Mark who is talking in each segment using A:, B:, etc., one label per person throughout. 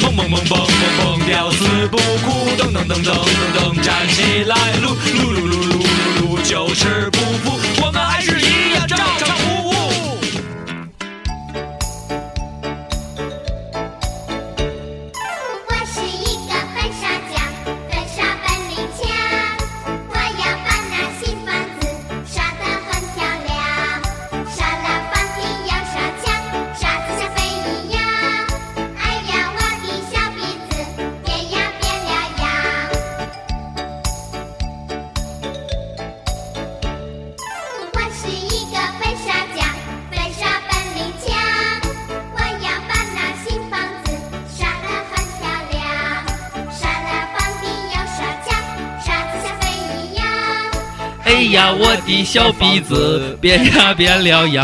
A: 蹦蹦蹦蹦蹦，屌丝不哭，噔噔噔噔噔噔，站起来，撸撸撸撸撸撸撸，就是不服，我们还是一样照常服务。
B: 我是一个笨傻家，笨傻本领强。我要把那新房子刷得很漂亮，刷了房顶要刷墙，刷子像飞一样。哎呀，我的小鼻子变呀变了样。我是一个笨傻家，笨傻本领强。我要把那新房子刷得很漂亮，刷了房顶要刷墙，刷得像飞一样。
C: 哎呀，我的小鼻子变呀变了
D: 不是
C: 样。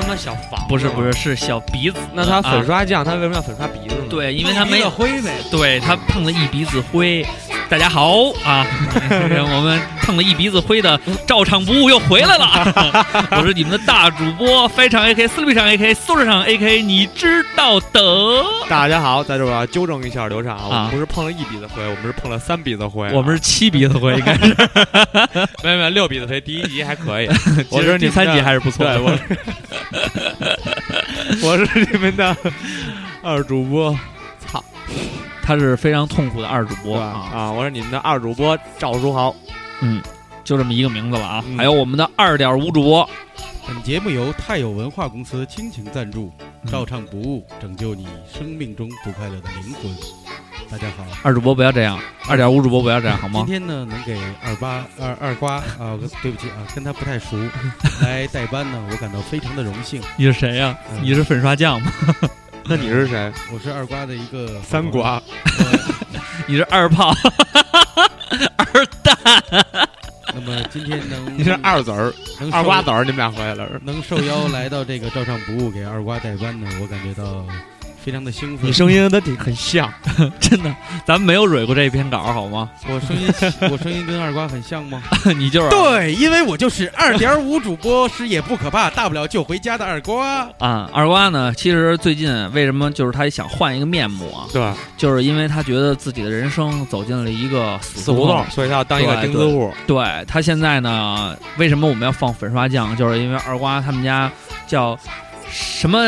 D: 他妈小房，
C: 不是不是，，是小鼻子。
D: 那他粉
C: 啊、
D: 刷匠，他为什么要粉刷鼻子呢？，
C: 对，因为他 没有，
E: 灰呗。
C: 对他碰了一鼻子灰。大家好啊，我们碰了一鼻子灰的照常不误又回来了。 我是你们的大主播，非常 AK，四六上 AK，素质上 AK，你知道的。
D: 大家好，在这我要纠正一下刘畅啊，我
C: 啊
D: 们不是碰了一鼻子灰，我们是碰了三鼻子灰啊，
C: 我们是七鼻子灰，应该是
D: 没有没有六鼻子灰，第一集还 可以，我
C: 其
D: 是
C: 实
D: 你
C: 第
D: 们
C: 三集
D: 的
C: 还是不错的。
D: 对，我是我是你们的二主播，
C: 他是非常痛苦的二主
D: 对
C: 播
D: 吧？
C: 啊，
D: 啊，我是你们的二主播赵书豪，
C: 就这么一个名字了啊。
D: 嗯
C: 还有我们的二点五主播，
E: 本节目由太有文化公司倾情赞助，
D: 嗯
E: 照唱不误，拯救你生命中不快乐的灵魂。大家好，
C: 二主播不要这样，二点五主播不要这样好
E: 今
C: 吗？
E: 天呢能给二八二二瓜啊，我对不起啊，跟他不太 熟，来代班呢，我感到非常的荣幸。
C: 你是谁呀、
E: 嗯
C: 你是粉刷匠吗？
D: 那你是 谁？
E: 我是二瓜的一个
D: 三瓜，
E: 呃
C: 你是二炮？
E: 那么今天能
D: 你是二子儿，
E: 能受
D: 二瓜子儿，你们俩回来了是？
E: 能受邀来到这个照唱不误给二瓜代班呢，我感觉到非常的兴奋。
D: 你声音都挺很像，
C: 真的，咱们没有蕊过这篇稿好吗？
E: 我声音， 我声音跟二瓜很像吗？
C: 你就是
E: 对，因为我就是二点五主播，失业不可怕，大不了就回家的二瓜。
C: 啊、二瓜呢？其实最近为什么就是他想换一个面目啊？
D: 对，
C: 就是因为他觉得自己的人生走进了一个
D: 死
C: 死
D: 胡
C: 胡
D: 同，所以他要当一个
C: 对
D: 钉子户。
C: 对他现在呢，为什么我们要放粉刷匠？就是因为二瓜他们家叫什么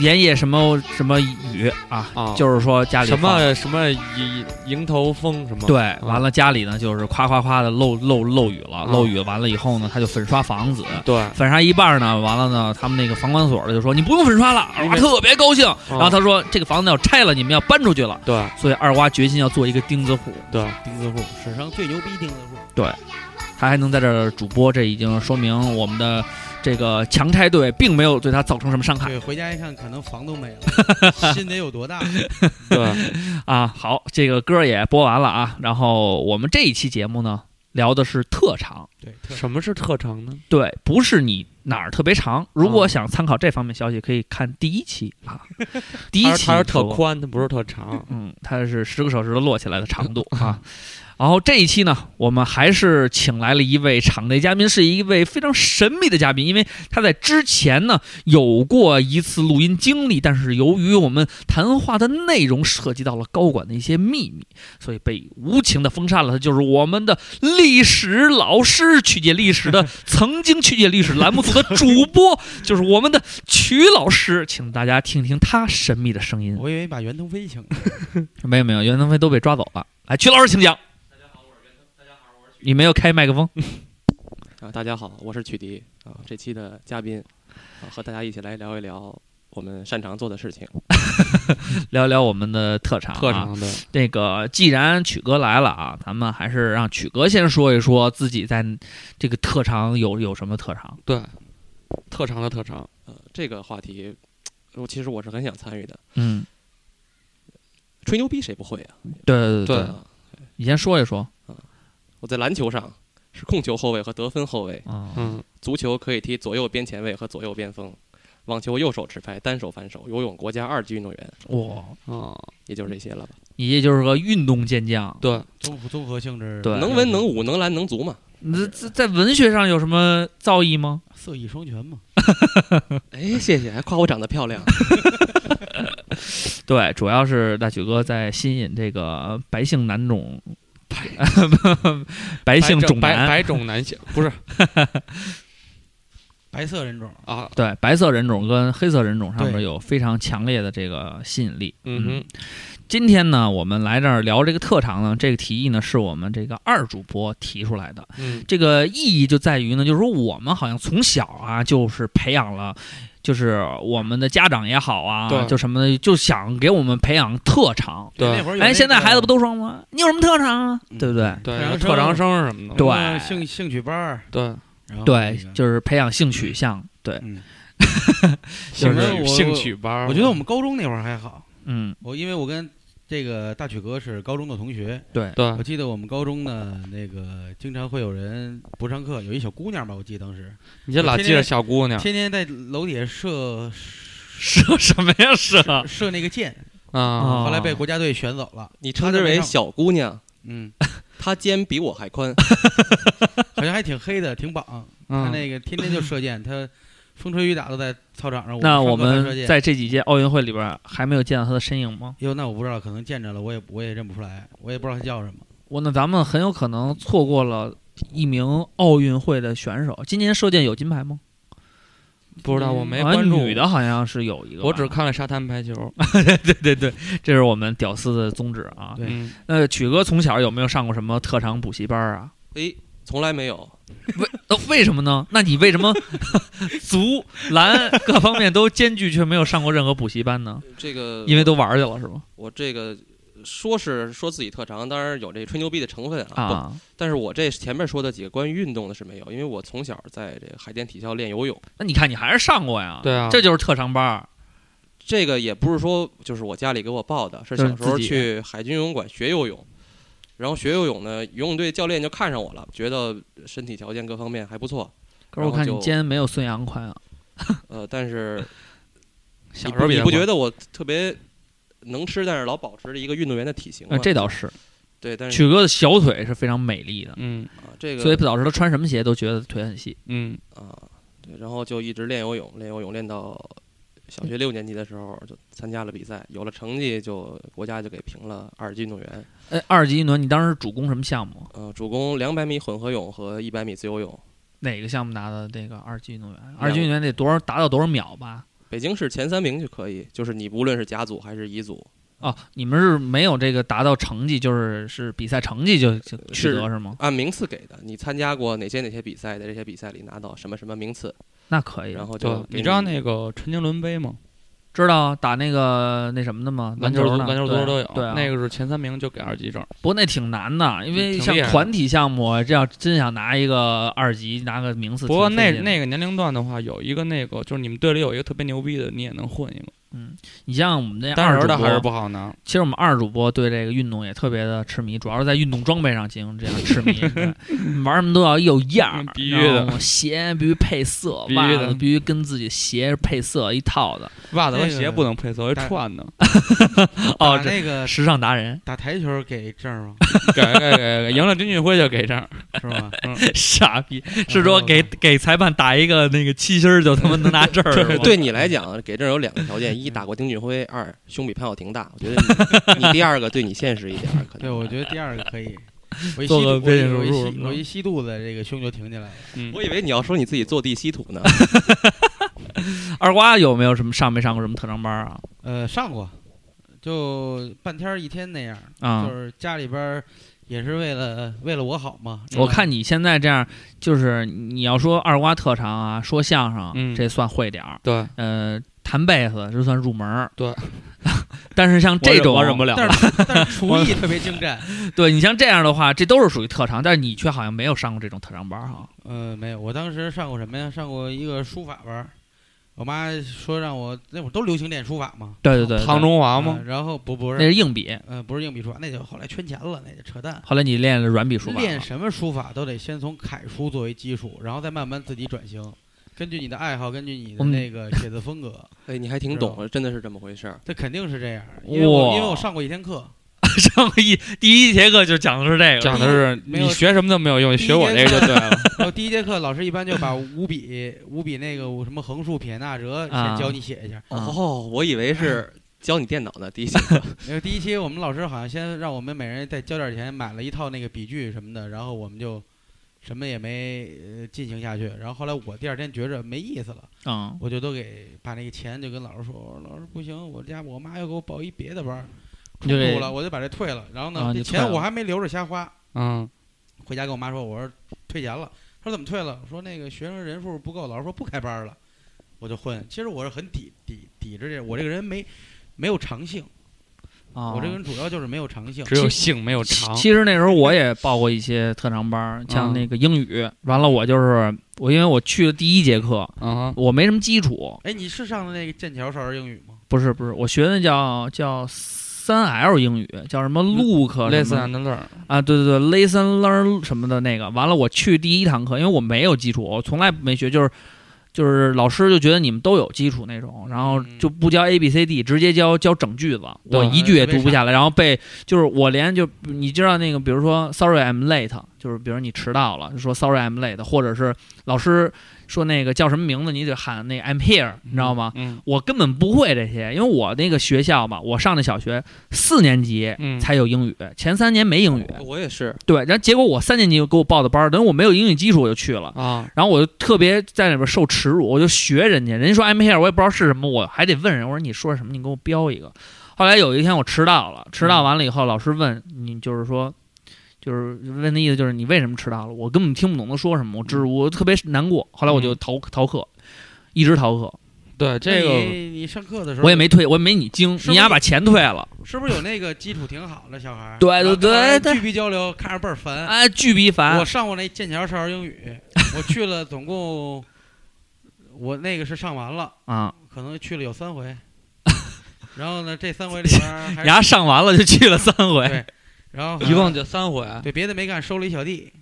C: 盐野什么什么雨啊，
D: 啊
C: 就是说家里
D: 什
C: 放
D: 么什么迎迎头风什么？
C: 对，
D: 啊
C: 完了家里呢就是夸夸夸的漏漏漏雨了，漏雨完了以后呢，他就粉刷房子。
D: 对，
C: 粉刷一半呢，完了呢，他们那个房管所的就说你不用粉刷了，
D: 哎
C: 二瓜特别高
D: 哦
C: 兴。然后他说这个房子要拆了，你们要搬出去了，
D: 对
C: 所以二瓜决心要做一个钉子户。
D: 对，
E: 钉子户，史上最牛逼钉子户。
C: 他还能在这儿主播，这已经说明我们的这个强拆队并没有对他造成什么伤害
E: 对，回家一看，可能房都没 了，心得有多大？
D: 对，
C: 啊。好，这个歌也播完了啊，然后我们这一期节目呢，聊的是特长，
E: 对，特
D: 什么是特长呢？
C: 对，不是你哪儿特别长。如果
D: 嗯
C: 想参考这方面消息，可以看第一期 啊，第一
D: 他
C: 期
D: 是他是特
C: 说过
D: 宽，他不是特长。
C: 嗯，它是十个手指头摞起来的长度啊。然后这一期呢，我们还是请来了一位场内嘉宾，是一位非常神秘的嘉宾，因为他在之前呢有过一次录音经历，但是由于我们谈话的内容涉及到了高管的一些秘密，所以被无情的封杀了。他就是我们的历史老师，曲解历史的曾经曲解历史栏目组的主播，就是我们的曲老师，请大家听听他神秘的声音。
E: 我以为把袁腾飞请了，
C: 没有没有，袁腾飞都被抓走了。来，曲老师，请讲。你没有开麦克风，
F: 啊，大家好，我是曲迪啊，这期的嘉宾啊，和大家一起来聊一聊我们擅长做的事情。
C: 聊聊我们的特长、
D: 特。长对，
C: 这个既然曲哥来了啊，咱们还是让曲哥先说一说自己在这个特长有有什么特长。
D: 特长的特长，
F: 呃，这个话题，我其实我是很想参与的。
C: 嗯，
F: 吹牛逼谁不会啊？
C: 对对对
D: 对
C: 对，你先说一说
F: 我在篮球上是控球后卫和得分后卫，
C: 啊。
D: 嗯，
F: 足球可以踢左右边前卫和左右边锋，网球右手持拍单手反手，游泳国家二级运动员，
C: 哇，
D: 啊，
F: 也就是这些了吧。
C: 你也就是个运动健将。
D: 对，
E: 综合综合性质，
C: 对
F: 能文能武能篮能足嘛？
C: 你这这在文学上有什么造诣吗？
E: 色艺双全嘛。
F: 哎，谢谢，还夸我长得漂亮。
C: 对，主要是大曲哥在吸引这个白姓男种， 白哎姓种
D: 白
C: 男，
D: 白种男性不是
E: 白色人种，
D: 啊，
C: 对白色人种跟黑色人种上面
E: 对
C: 有非常强烈的这个吸引力。
D: 嗯哼，
C: 今天呢，我们来这儿聊这个特长呢，这个提议呢是我们这个二主播提出来的。
D: 嗯
C: 这个意义就在于呢，就是说我们好像从小啊，就是培养了。就是我们的家长也好啊，
D: 对
C: 就什么的，就想给我们培养特长。
D: 对
E: 那会儿有那
C: 哎，
E: 个
C: 现在孩子不都说吗？你有什么特长啊？
E: 嗯
C: 对不对？
D: 对
E: 太阳，
D: 特长
E: 升
D: 生什么的，
C: 对
E: 什么嗯兴兴趣班儿，
D: 对，
E: 然后
C: 对
E: 那，个
C: 就是培养性取向。对，
E: 嗯，
D: 兴
E: 就是
D: 趣
E: 我
D: 兴趣班儿，
E: 我觉得我们高中那会儿还好，
C: 嗯，
E: 我因为我跟这个大曲哥是高中的同学，
C: 对，
D: 对
E: 我记得我们高中呢，那个经常会有人不上课，有一小姑娘吧，我记得当时
D: 你这老记着小
C: 啊
D: 姑娘
E: 天天在楼底下射射
C: 射 什么呀？射
E: 射那个箭，
D: 啊
C: 哦
E: 后来被国家队选走了。
F: 你称之为小姑娘，
E: 嗯，
F: 她肩比我还宽。
E: 好像还挺黑的，挺 膀。
C: 啊
E: 他
D: 嗯，
E: 那个天天就射箭，他风吹雨打都在操场上。
C: 那我
E: 我上课他射
C: 们
E: 箭
C: 在这几届奥运会里边还没有见到他的身影吗？
E: 哟，那我不知道，可能见着了，我也我也认不出来，我也不知道他叫什么。
C: 我那咱们很有可能错过了一名奥运会的选手。今年射箭有金牌吗？
D: 不知道我没
C: 好像
D: 关注
C: 啊女的，好像是有一个吧。
D: 我只看了沙滩排球，
C: 对对对，这是我们屌丝的宗旨啊。
E: 对
D: 嗯
C: 那曲哥从小有没有上过什么特长补习班 啊？
F: 诶，从来没有，
C: 呃，为什么呢？那你为什么 足篮各方面都兼具，却没有上过任何补习班
D: 呃
C: 呢？
F: 这个
C: 因为都玩儿去了是吗？
F: 我这个说是说自己特长，当然有这吹牛逼的成分啊。不
C: 啊，
F: 但是我这前面说的几个关于运动的是没有，因为我从小在这个海淀体校练游泳，
C: 那你看你还是上过呀？
D: 对啊
C: 这就是特长班儿。
F: 这个也不是说就是我家里给我报的，是
C: 就是
F: 小时候
C: 自己
F: 去海军游泳馆学游泳。然后学游泳呢，游泳队教练就看上我了，觉得身体条件各方面还不错，
C: 可是我
F: 然后
C: 看你
F: 就
C: 肩没有孙杨宽啊。
F: 呃，但是
D: 小
F: 你
D: 时候
F: 不
D: 比
F: 你
D: 较
F: 不觉得我特别能吃，但是老保持着一个运动员的体型吗？
C: 呃，这倒是，
F: 对，但是
C: 曲哥的小腿是非常美丽的，
D: 哎嗯
F: 啊，这个
C: 所以导致他穿什么鞋都觉得腿很细。
D: 嗯
F: 啊，对，然后就一直练游泳，练游泳练到小学六年级的时候就参加了比赛，有了成绩就国家就给评了二级运动员，
C: 哎，二级运动员，你当时主攻什么项目？
F: 呃，主攻两百米混合泳和一百米自由泳，
C: 哪个项目拿的那个二级运动员？二级运动员得多少达到多少秒吧？
F: 北京市前三名就可以，就是你无论是甲组还是乙组，
C: 哦，你们是没有这个达到成绩，就是是比赛成绩就就取
F: 是
C: 得是吗？
F: 按名次给的，你参加过哪些哪些比赛，在这些比赛里拿到什么什么名次，
C: 那可以，
F: 然后
D: 对
F: 就，给
D: 你知 道那个陈经纶杯吗？
C: 知道打那个那什么的吗？
D: 篮
C: 球
D: 球、
C: 呢
D: 篮球、足球都有。
C: 对啊，
D: 那个是前三名就给二级证。
C: 不过那挺难的，因为
D: 挺
C: 像
D: 厉害的
C: 团体项目，这要真想拿一个二级拿个名次
D: 不
C: 挺费劲的，
D: 过那那个年龄段的话，有一个那个就是你们队里有一个特别牛逼的，你也能混一个。
C: 嗯，你像我们这
D: 单
C: 二
D: 人
C: 主
D: 的还是
C: 播，
D: 不好拿。
C: 其实我们二主播对这个运动也特别的痴迷，主要是在运动装备上进行这样痴迷，对玩什么都要有样儿
D: 嗯，必须的
C: 你知道吗，鞋必须配色，
D: 必须
C: 袜
D: 的
C: 子必须跟自己鞋配色一套的，
D: 袜子和
E: 那个
D: 鞋不能配色，会串的。
C: 哦，
E: 打
C: 这
E: 那个
C: 时尚达人
E: 打台球给证儿吗？
D: 给给给，给赢了军训徽就给证。
E: 是吗？
C: 傻逼，是说给给裁判打一个那个七星儿就他妈能拿证儿是吗，
F: 对你来讲，给这儿有两个条件：一打过丁俊晖，二胸比潘晓婷大。我觉得你你第二个对你现实一点儿，可
E: 对，
F: 能
E: 我觉得第二个可以。我一吸
C: 做个
E: 肚
C: 微信
E: 我一
C: 手
E: 我
C: 术什
E: 一吸
C: 么的
E: 我一吸肚子，这个胸就挺起来了。
D: 嗯
F: 我以为你要说你自己坐地吸土呢。
C: 二瓜有没有什么上没上过什么特长班啊？
E: 呃，上过，就半天儿一天那样儿，
C: 啊、
E: 就是家里边儿也是为了为了我好嘛。
C: 我看你现在这样，就是你要说二瓜特长啊，说相声、
D: 嗯
C: 这算会点儿，
D: 对，
C: 呃，弹贝斯这算入门儿，
D: 对。
C: 但是像这种
D: 我忍不了。
E: 但是但是厨艺特别精湛。
C: 对你像这样的话，这都是属于特长，但是你却好像没有上过这种特长班儿哈。
E: 呃，没有，我当时上过什么呀？上过一个书法班儿。我妈说让我那会儿都流行练书法嘛，
C: 对对对对
D: 唐中华吗
E: 呃？然后不不
C: 那
E: 是，
C: 是硬笔，
E: 呃，不是硬笔书法，那就后来圈钱了，那就扯淡。
C: 后来你练了软笔书法
E: 练
C: 了，
E: 什么书法都得先从楷书作为基础，然后再慢慢自己转型，根据你的爱好，根据你
C: 我
E: 的
C: 们
E: 那个写字风格，
F: 哎，你还挺懂，真的是这么回事儿。
E: 这肯定是这样。因为我
C: 哇
E: 因为我上过一天课，
C: 上过一第一节课就讲的是这个，
D: 讲的是
E: 没有
D: 你学什么都没有用，学我这个就对了。
E: 然后第一节课老师一般就把五笔五笔那个什么横竖撇捺折
C: 啊
E: 先教你写一下，
C: 啊
F: 哦，我以为是教你电脑的第一节课，
E: 那个第一期我们老师好像先让我们每人再交点钱买了一套那个笔具什么的，然后我们就什么也没呃进行下去。然后后来我第二天觉着没意思了，
C: 嗯
E: 我就都给把那个钱就跟老师说，我说老师不行，我家我妈要给我报一别的班儿，
C: 你就
E: 不
C: 得
E: 了，我就把这退了。然后呢，
C: 啊
E: 这
C: 你退了
E: 钱我还没留着瞎花，
D: 嗯，
E: 回家跟我妈说，我说退钱了。她说怎么退了？我说那个学生人数不够，老师说不开班了，我就混。其实我是很抵抵抵制这，我这个人没没有长性，
C: 啊，
E: 我这个人主要就是没有长性。
D: 只有性没有长，
C: 其实那时候我也报过一些特长班儿，像
E: 嗯
C: 那个英语，完了我就是我，因为我去的第一节课，
D: 嗯
C: 我没什么基础，
E: 哎，你是上的那个剑桥少儿英语吗？
C: 不是不是，我学的叫叫三 L 英语，叫什么
E: 嗯
C: look 什么
D: ，listen and learn，
C: 啊，对对对，listen learn 什么的那个。完了，我去第一堂课，因为我没有基础，我从来没学，就是就是老师就觉得你们都有基础那种，然后
E: 嗯
C: 就不教 A B C D，直接教教整句子，我
D: 对
C: 一句也
E: 特别
C: 读不
E: 傻
C: 下来，然后被就是我连就你知道那个，比如说 sorry I'm late，就是比如你迟到了，就说 sorry I'm late，或者是老师说那个叫什么名字，你得喊那 I'm here，你知道吗？
D: 嗯
C: 我根本不会这些，因为我那个学校嘛，我上的小学四年级
D: 嗯，
C: 才有英语，前三年没英语。
E: 哦
F: 我也是，
C: 对，然后结果我三年级就给我报的班儿，等于我没有英语基础我就去了，
D: 啊，
C: 然后我就特别在里边受耻辱，我就学人家，人家说哎 I'm here，我也不知道是什么，我还得问人，我说你说什么，你给我标一个。后来有一天我迟到
E: 嗯
C: 了，迟到完了以后，老师问你就是说。就是问的意思就是你为什么迟到了？我根本听不懂他说什么，我
E: 嗯
C: 知我特别难过。后来我就逃逃课，一直逃课，
D: 对这
E: 那
D: 个
E: 你你上课的时候
C: 我也没退，我也没你精，
E: 嗯是不是
C: 你丫把钱退了，
E: 是不是有那个基础挺好的小孩儿？
C: 对
E: 然后
C: 对
E: 跟老师
C: 对对
E: 巨逼交流，看着倍儿烦。
C: 哎，巨逼
E: 嗯我
C: 烦。
E: 上过那剑桥少儿英语，我去了总共，我那个是上完了，
C: 啊！
E: 可能去了有 三回。然后呢，这三回里边儿还
C: 丫
E: 是
C: 上完了就去了三回，
E: 对然后
D: 一共就三回，
E: 对别的没干，收了一小弟。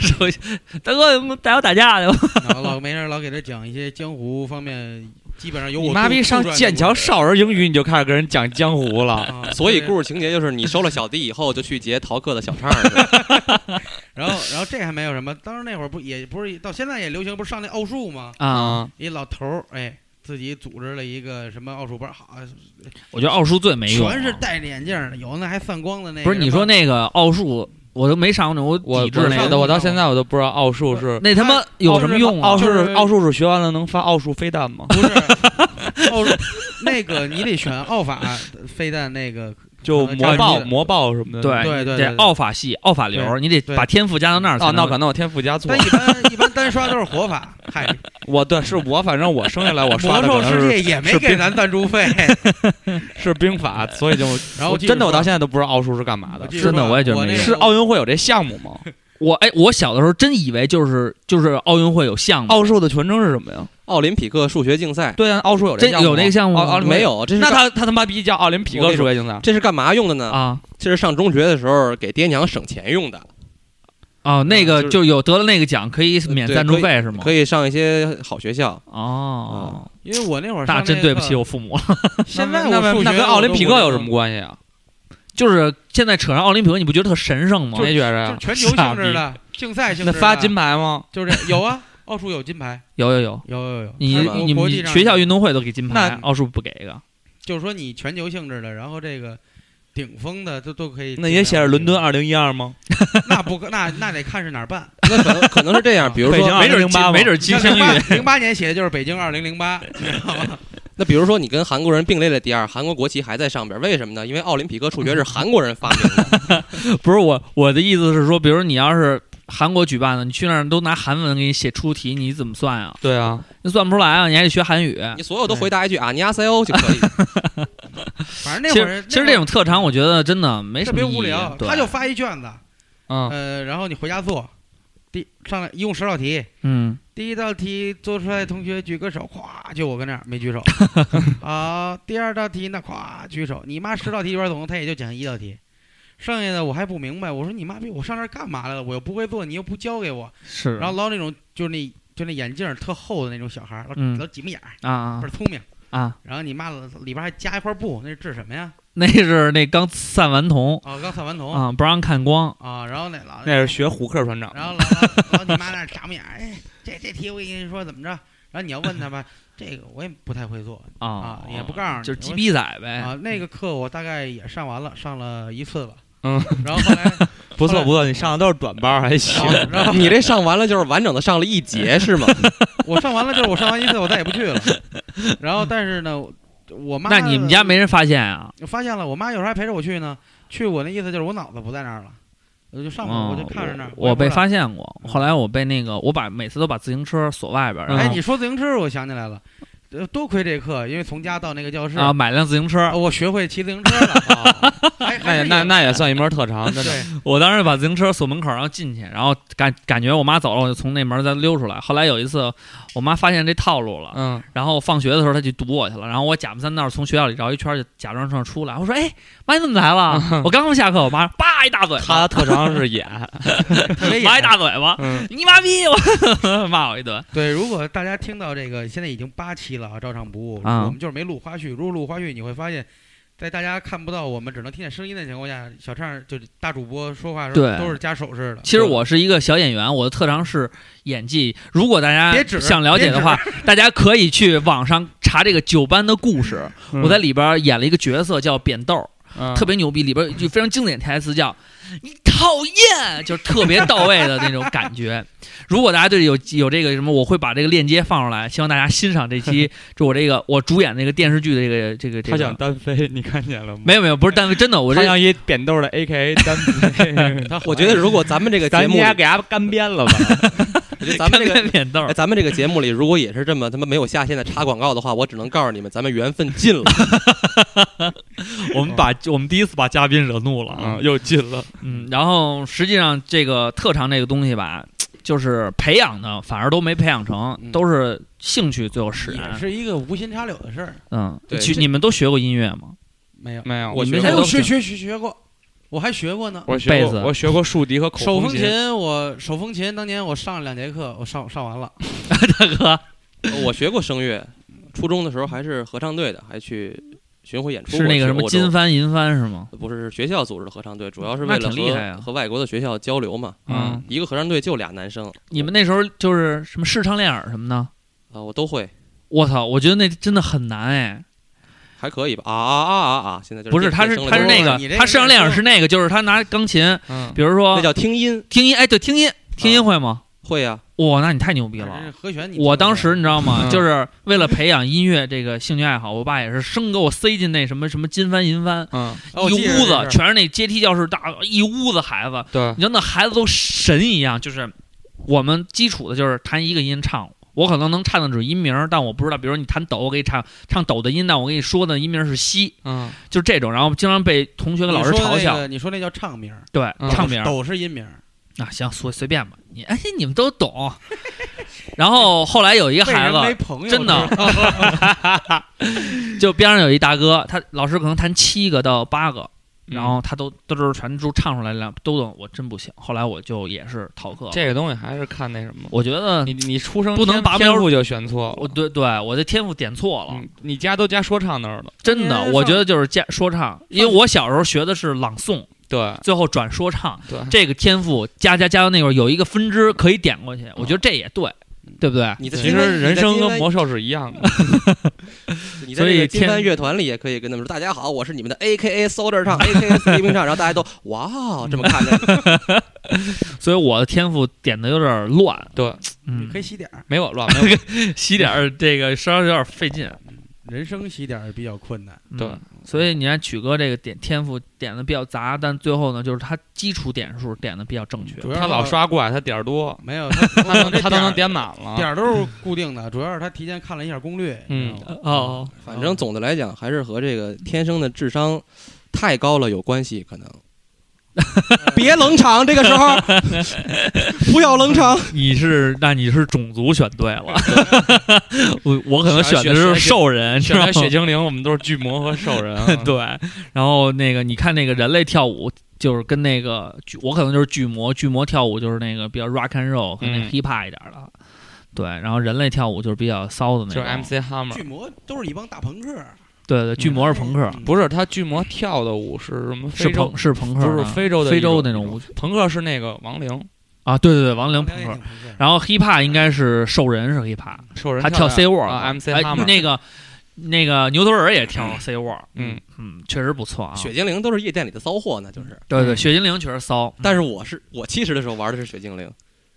C: 说一下 大哥带我打架去吧。
E: 然后老 没事儿老给他讲一些江湖方面，基本上有我
D: 你妈
E: 杜
D: 逼上
E: 杜撰的
D: 剑
E: 故
D: 桥
E: 事
D: 少儿英语你就开始跟人讲江湖了，
E: 啊
F: 所以
E: 对
F: 故事情节就是你收了小弟以后就去劫逃课的小唱儿，是吧
E: 然后，然后这还没有什么，当时那会儿不也不是到现在也流行，不是上那奥数吗？
C: 啊，
D: 啊，
E: 一老头儿哎，自己组织了一个什么奥数班，好，啊
C: 我觉得奥数最没用啊，
E: 全是戴着眼镜儿的，有那还散光的那个。
C: 不是你说那个奥数，我都没上过那，我
D: 我
C: 抵制
D: 我
C: 那
E: 上
C: 个，
D: 到我到现在我都不知道奥数是
C: 那他妈有什么用啊？
D: 奥数
E: 就是
D: 是奥数是学完了能发奥数飞弹吗？
E: 不是奥数， 那个你得选奥法飞弹那个，
D: 就魔
E: 啊
D: 爆
E: 你
D: 魔爆什么的。
C: 对
E: 对对
C: 得
E: 对
C: 奥法系、奥法流，
E: 对
C: 你得
E: 对
C: 把天赋加啊到那儿才
D: 哦，
C: 能
D: 那我可能我天赋加错
E: 但。一般一般单刷都是活法。嗨，
D: 我对，是我反正我生下来我 刷
E: 魔
D: 的
E: 兽
D: 可
E: 世
D: 能是
E: 界也没
D: 是
E: 给咱赞助 费。
D: 是兵法，所以就
E: 然后
D: 我
E: 记着
D: 真的我
E: 说
D: 到现在都不知道奥数是干嘛的。
E: 记
C: 真的
E: 说
C: 我也觉得
E: 我
C: 没
E: 那
C: 用
E: 个
D: 是奥运会有这项目吗？
C: 我哎，我小的时候真以为就是就是奥运会有项目，
D: 奥数的全称是什么呀？
F: 奥林匹克数学竞赛，
D: 对啊，奥数有这
C: 真
D: 项目吗
C: 有那个项目吗
D: 奥奥林
F: 没。有，这是
D: 那
F: 干
D: 他他他妈逼叫奥林匹克数学竞赛，
F: 这是干嘛用的呢？
C: 啊
F: 这是上中学的时候给爹娘省钱用的，
C: 哦，那
E: 啊
C: 个
F: 就是
C: 就有得了那个奖可
E: 呃
C: 以免
F: 对
C: 赞助
F: 可以
C: 费是吗
F: 可？以上一些好学校。
C: 哦，
E: 因为我那会儿
C: 那
E: 嗯上
C: 真
E: 那
C: 对不起
E: 课
C: 我父母了。
E: 现
D: 那
E: 在
D: 那
E: 我数学
D: 那跟
E: 我
D: 奥林
E: 都
D: 匹
E: 不
D: 克
E: 知
D: 有
E: 道
D: 什么关系啊？
C: 就是现在扯上奥林匹克，你不觉得特神圣吗
D: 没？
E: 就
D: 觉着
E: 是
D: 呀？
E: 全啊球性质的竞赛性质
D: 那
E: 的，
D: 发金牌吗？
E: 就是这有啊，奥数有金牌，
C: 有有有，
E: 有有有。
C: 你
E: 它是国
C: 你
E: 国
C: 们
E: 际上
C: 学校运动会都给金牌
D: 那，
C: 奥数不给一个
E: 就是说你全球性质的，然后这个顶峰的都都可以。
D: 那也写着伦敦，二零一二吗？
E: 那不可那那得看是哪 儿办。
F: 那可能可 能是这样，比如
D: 北
F: 说
D: 京，
C: 没准儿
D: 2008吗
C: 没准儿金镶玉
E: 零八年写的就是北京二零零八，你知道吗？
F: 那比如说你跟韩国人并列了第二，韩国国旗还在上边，为什么呢？因为奥林匹克数学是韩国人发明的，
C: 不是我，我的意思是说，比如你要是韩国举办的，你去那儿都拿韩文给你写出题，你怎么算啊？
D: 对啊，
C: 那算不出来啊，你还得学韩语。
F: 你所有都回答一句啊尼亚塞欧就可以。
E: 反正那
C: 其
E: 会儿
C: 实其实这种特长，我觉得真的没
E: 特
C: 什么
E: 别
C: 意义
E: 无聊，
C: 对
E: 他就发一卷子，
D: 嗯，
E: 呃，然后你回家做，第上来一共十道题，
C: 嗯，
E: 第一道题做出来，同学举个手，咵，就我跟那儿没举手。好，第二道题呢，咵举手。你妈十道题里边总共他也就讲一道题，剩下的我还不明白。我说你妈逼，我上这儿干嘛来了？我又不会做，你又不教给我。
C: 是。
E: 然后捞那种就是那就那眼镜儿特厚的那种小孩儿，老
C: 嗯
E: 老挤眉眼儿，
C: 啊啊
E: 倍儿聪明。
C: 啊，
E: 然后你妈里边还加一块布，那是治什么呀？
C: 那是那刚散完瞳
E: 哦，刚散完瞳
C: 啊，不让看光。
E: 啊。然后那老
D: 那是学胡克船长。
E: 然后老老老你妈那儿眨巴眼儿，哎，这这题我跟你说怎么着？然后你要问他吧，这个我也不太会做
C: 啊
E: 啊，也不告诉你，
C: 就是鸡
E: 我
C: 逼仔呗。
E: 啊。那个课我大概也上完了，上了一次了，
D: 嗯，
E: 然后后来，
G: 不
E: 后
G: 错
E: 来
G: 不错，你上的都是短班，还行。
E: 然后然后
F: 你这上完了就是完整的上了一节是吗？
E: 我上完了就是我上完一次，我再也不去了。然后但是呢，我妈
C: 那你们家没人发现啊？
E: 发现了，我妈有时候还陪着我去呢。去我那意思就是我脑子不在那儿了，我就上
C: 嗯
E: 我就看着那儿。
C: 我
E: 也不
C: 被
E: 知道
C: 发现过，后来我被那个，我把每次都把自行车锁外边，然
E: 哎，
C: 后
E: 你说自行车，我想起来了，呃多亏这课，因为从家到那个教室
C: 啊，买辆自行车
E: 啊，我学会骑自行车了。啊还还
G: 那也
D: 哎
E: 是
G: 那
E: 有
G: 那也算一门特长，真的。
E: 对，
C: 我当时把自行车锁门口，然后进去，然后感感觉我妈走了，我就从那门再溜出来。后来有一次，我妈发现这套路了，
D: 嗯，
C: 然后放学的时候她去堵我去了，然后我假模三道从学校里绕一圈，就假装上出来。我说：“哎，妈，你怎么来
E: 嗯
C: 了？我刚刚下课。”我妈叭一大嘴
G: 他
C: 巴，
G: 的特长是演，
E: 特别
C: 妈一
E: 野
C: 大嘴巴，
D: 嗯
C: 你妈逼我， 骂我一顿。
E: 对，如果大家听到这个，现在已经八期了啊，照常不误。
C: 啊
E: 我们就是没录花絮，如果录花絮，你会发现，在大家看不到我们，只能听见声音的情况下，小畅就是大主播说话的时
C: 对
E: 候都是加手势的。
C: 其实我是一个小演员，我的特长是演技。如果大家
E: 别指
C: 想了解的话， 大家可以去网上查这个九班的故事。
D: 嗯啊
C: 我在里边演了一个角色叫扁豆，特别牛逼，里边有一句非常经典的台词叫“你讨厌”，就是特别到位的那种感觉。如果大家对有有这个什么，我会把这个链接放出来，希望大家欣赏这期就我这个我主演那个电视剧的这个这个这
D: 他想
C: 个。
D: 单飞， 你看见了吗？
C: 没有没有，不是单位，真的，我
D: 他
C: 这
D: 想一扁豆的 A K A 单 飞，
C: 啊
F: 我觉得如果咱们这个节
G: 咱
F: 目里，
G: 家给他干编 了吧？
F: 我觉得咱们这个。
C: 扁豆
F: 哎，，咱们这个节目里，如果也是这么他妈没有下线的插广告的话，我只能告诉你们，咱们缘分尽 了。
C: 我们把我们第一次把嘉宾惹怒了啊
D: 嗯，！又进了，
C: 嗯，然后实际上这个特长这个东西吧，就是培养的，反而都没培养成，
F: 嗯
C: 都是兴趣最后使
E: 也
C: 然。
E: 是一个无心插柳的事儿，
C: 嗯，
F: 对
C: 其
F: 这
C: 你们都学过音乐吗？
E: 没有。
D: 没有，
F: 我
D: 我
C: 你们
F: 学
C: 现
E: 哎，
C: 在
E: 我
C: 都
E: 学
C: 学
E: 学学学过，我还学过呢。
D: 我
C: 贝
D: 学
C: 斯
D: 过，我学过竖笛和口
E: 手风
D: 风琴，
E: 琴，我手风琴当年我上了两节课，我上上完了。
C: 大哥
F: 我学过声乐，初中的时候还是合唱队的，还去巡回演出过。
C: 是那个什
F: 去
C: 么
F: 欧洲
C: 金帆银帆是吗？
F: 不是是学校组织的合唱队，主要是
C: 那
F: 为了
C: 挺厉害啊
F: 和和外国的学校交流嘛。
C: 嗯，
F: 一个合唱队就俩男生，
C: 你们那时候就是什么视唱练耳什么的？
F: 啊，我都会，
C: 我操，我觉得那真的很难哎。
F: 还可以吧？啊啊啊啊啊！现在就是
C: 不是，他
F: 变
C: 是
F: 变声了
C: 他是
F: 就
C: 那
F: 是
E: 你
C: 个，
E: 这
C: 他视唱练耳
E: 个
C: 是那个，就是他拿钢琴，
D: 嗯，
C: 比如
F: 那
C: 说
F: 叫啊听音
C: 听音，哎，对，听音，听音会吗？
F: 会啊呀。
C: 哇，那你太牛逼
F: 啊
E: 反正
C: 了！
E: 和弦你听过
C: 我当时你知道吗？
D: 嗯
C: 就是为了培养音乐这个兴趣爱好，我爸也是生给我塞进那什么什么金帆银帆，
D: 嗯，
E: 哦我
C: 一
E: 记
C: 屋
E: 着这
C: 子
E: 事儿
C: 全是那阶梯教室大一屋子孩子，
D: 对嗯
C: 你，知道那孩子都神一样，就是我们基础的就是弹一个音唱。我可能能唱的只是音名儿，但我不知道。比如说你弹抖，我给你唱唱抖的音，但我跟你说的音名是西，
D: 嗯，
C: 就是这种。然后经常被同学跟老师
E: 你说
C: 嘲笑
E: 那。个你说那叫唱名儿，
C: 对，
D: 嗯
C: 唱名儿
E: 抖是音名儿，
C: 啊，行，随随便吧。你哎，你们都懂。 然后后来有一个
E: 为
C: 孩
E: 人没
C: 子，
E: 朋友
C: 真的
E: 知道吗
C: 就边上有一大哥，他老师可能弹七个到八个，然后他都都是全都唱出来了，都懂。我真不行。后来我就也是逃课了。
D: 这个东西还是看那什么，
C: 我觉得
D: 你你出生
C: 不能
D: 天
C: 拔苗
D: 天
C: 儿
D: 赋就选错
C: 我
D: 了，
C: 对对我的天赋点错了。
D: 嗯，你家都加说唱那儿了，
C: 真的，
E: 哎
C: 我
E: 上
C: 觉得就是加说唱，因为我小时候学的是朗诵，
D: 对
C: 最后转说唱，
D: 对，
C: 这个天赋加加加到那会儿有一个分支可以点过去，我觉得这也对，对不对？
F: 你在
D: 其
F: 金帆
D: 实人生跟魔
F: 你在金
D: 兽是一样的，
F: 帆你在这
C: 所以
F: 个金
C: 天
F: 帆乐团里也可以跟他们说：“大家好，我是你们的 A K A Solder 唱 A K A Sleeping 唱。”然后大家都哇哦这么看着你，
C: 所以我的天赋点的有点乱，
D: 对，
C: 嗯
E: 可，以洗点儿，
D: 没我乱，没我
C: 洗点儿这个稍微有点费劲，
E: 人生洗点儿比较困难。
C: 嗯
D: 对，
C: 所以你看曲哥这个点天赋点的比较杂，但最后呢，就是他基础点数点的比较正确，
E: 主要
D: 他老
E: 是
D: 刷怪，他点儿多，
E: 没有，他
D: 他能 他都能
E: 点
D: 点啊满了，
E: 点儿都是固定的，主要是他提前看了一下攻略。
D: 嗯
E: 你知道吗，
C: 哦，
F: 反正总的来讲还是和这个天生的智商太高了有关系，可能。别冷场，这个时候不要冷场。
C: 你是那你是种族选对 了，我我可能选的
D: 选
C: 是
D: 选
C: 兽人，
D: 选
C: 知道吗
D: 来血精灵，我们都是巨魔和兽人啊，
C: 对，然后那个你看那个人类跳舞，就是跟那个巨我可能就是巨魔，巨魔跳舞就是那个比较 rock and roll 和那
D: 嗯
C: hip hop 一点的，对，然后人类跳舞就是比较骚的那
D: 就是
C: 种，
D: MC Hammer
E: 巨。魔都是一帮大朋克，
C: 对对，巨魔是朋克，
E: 嗯
D: 不嗯是他巨魔跳的舞是什么？
C: 是
D: 非洲
C: 朋是朋克
D: 不
C: 的，
D: 是非洲的
C: 非洲
D: 那
C: 那种舞，
D: 朋克是那个亡灵，
C: 啊，对对对，王
E: 王
C: 力
E: 良
C: 宏
E: 嗯也
C: 朋克。
E: 挺朋克。
C: 然后 hiphop 应该是兽人是 hiphop，
D: 兽人
C: 他跳
D: 的
C: C word
D: 啊，MC
C: 哎
D: Hammer
C: 那个那个牛头人也跳 C word，
D: 嗯
C: 嗯，确实不错啊。
F: 雪精灵都是夜店里的骚货呢，就是。
C: 对对，雪精灵确实骚，
F: 但
C: 是
F: 是我是我七十的时候玩的是雪精灵，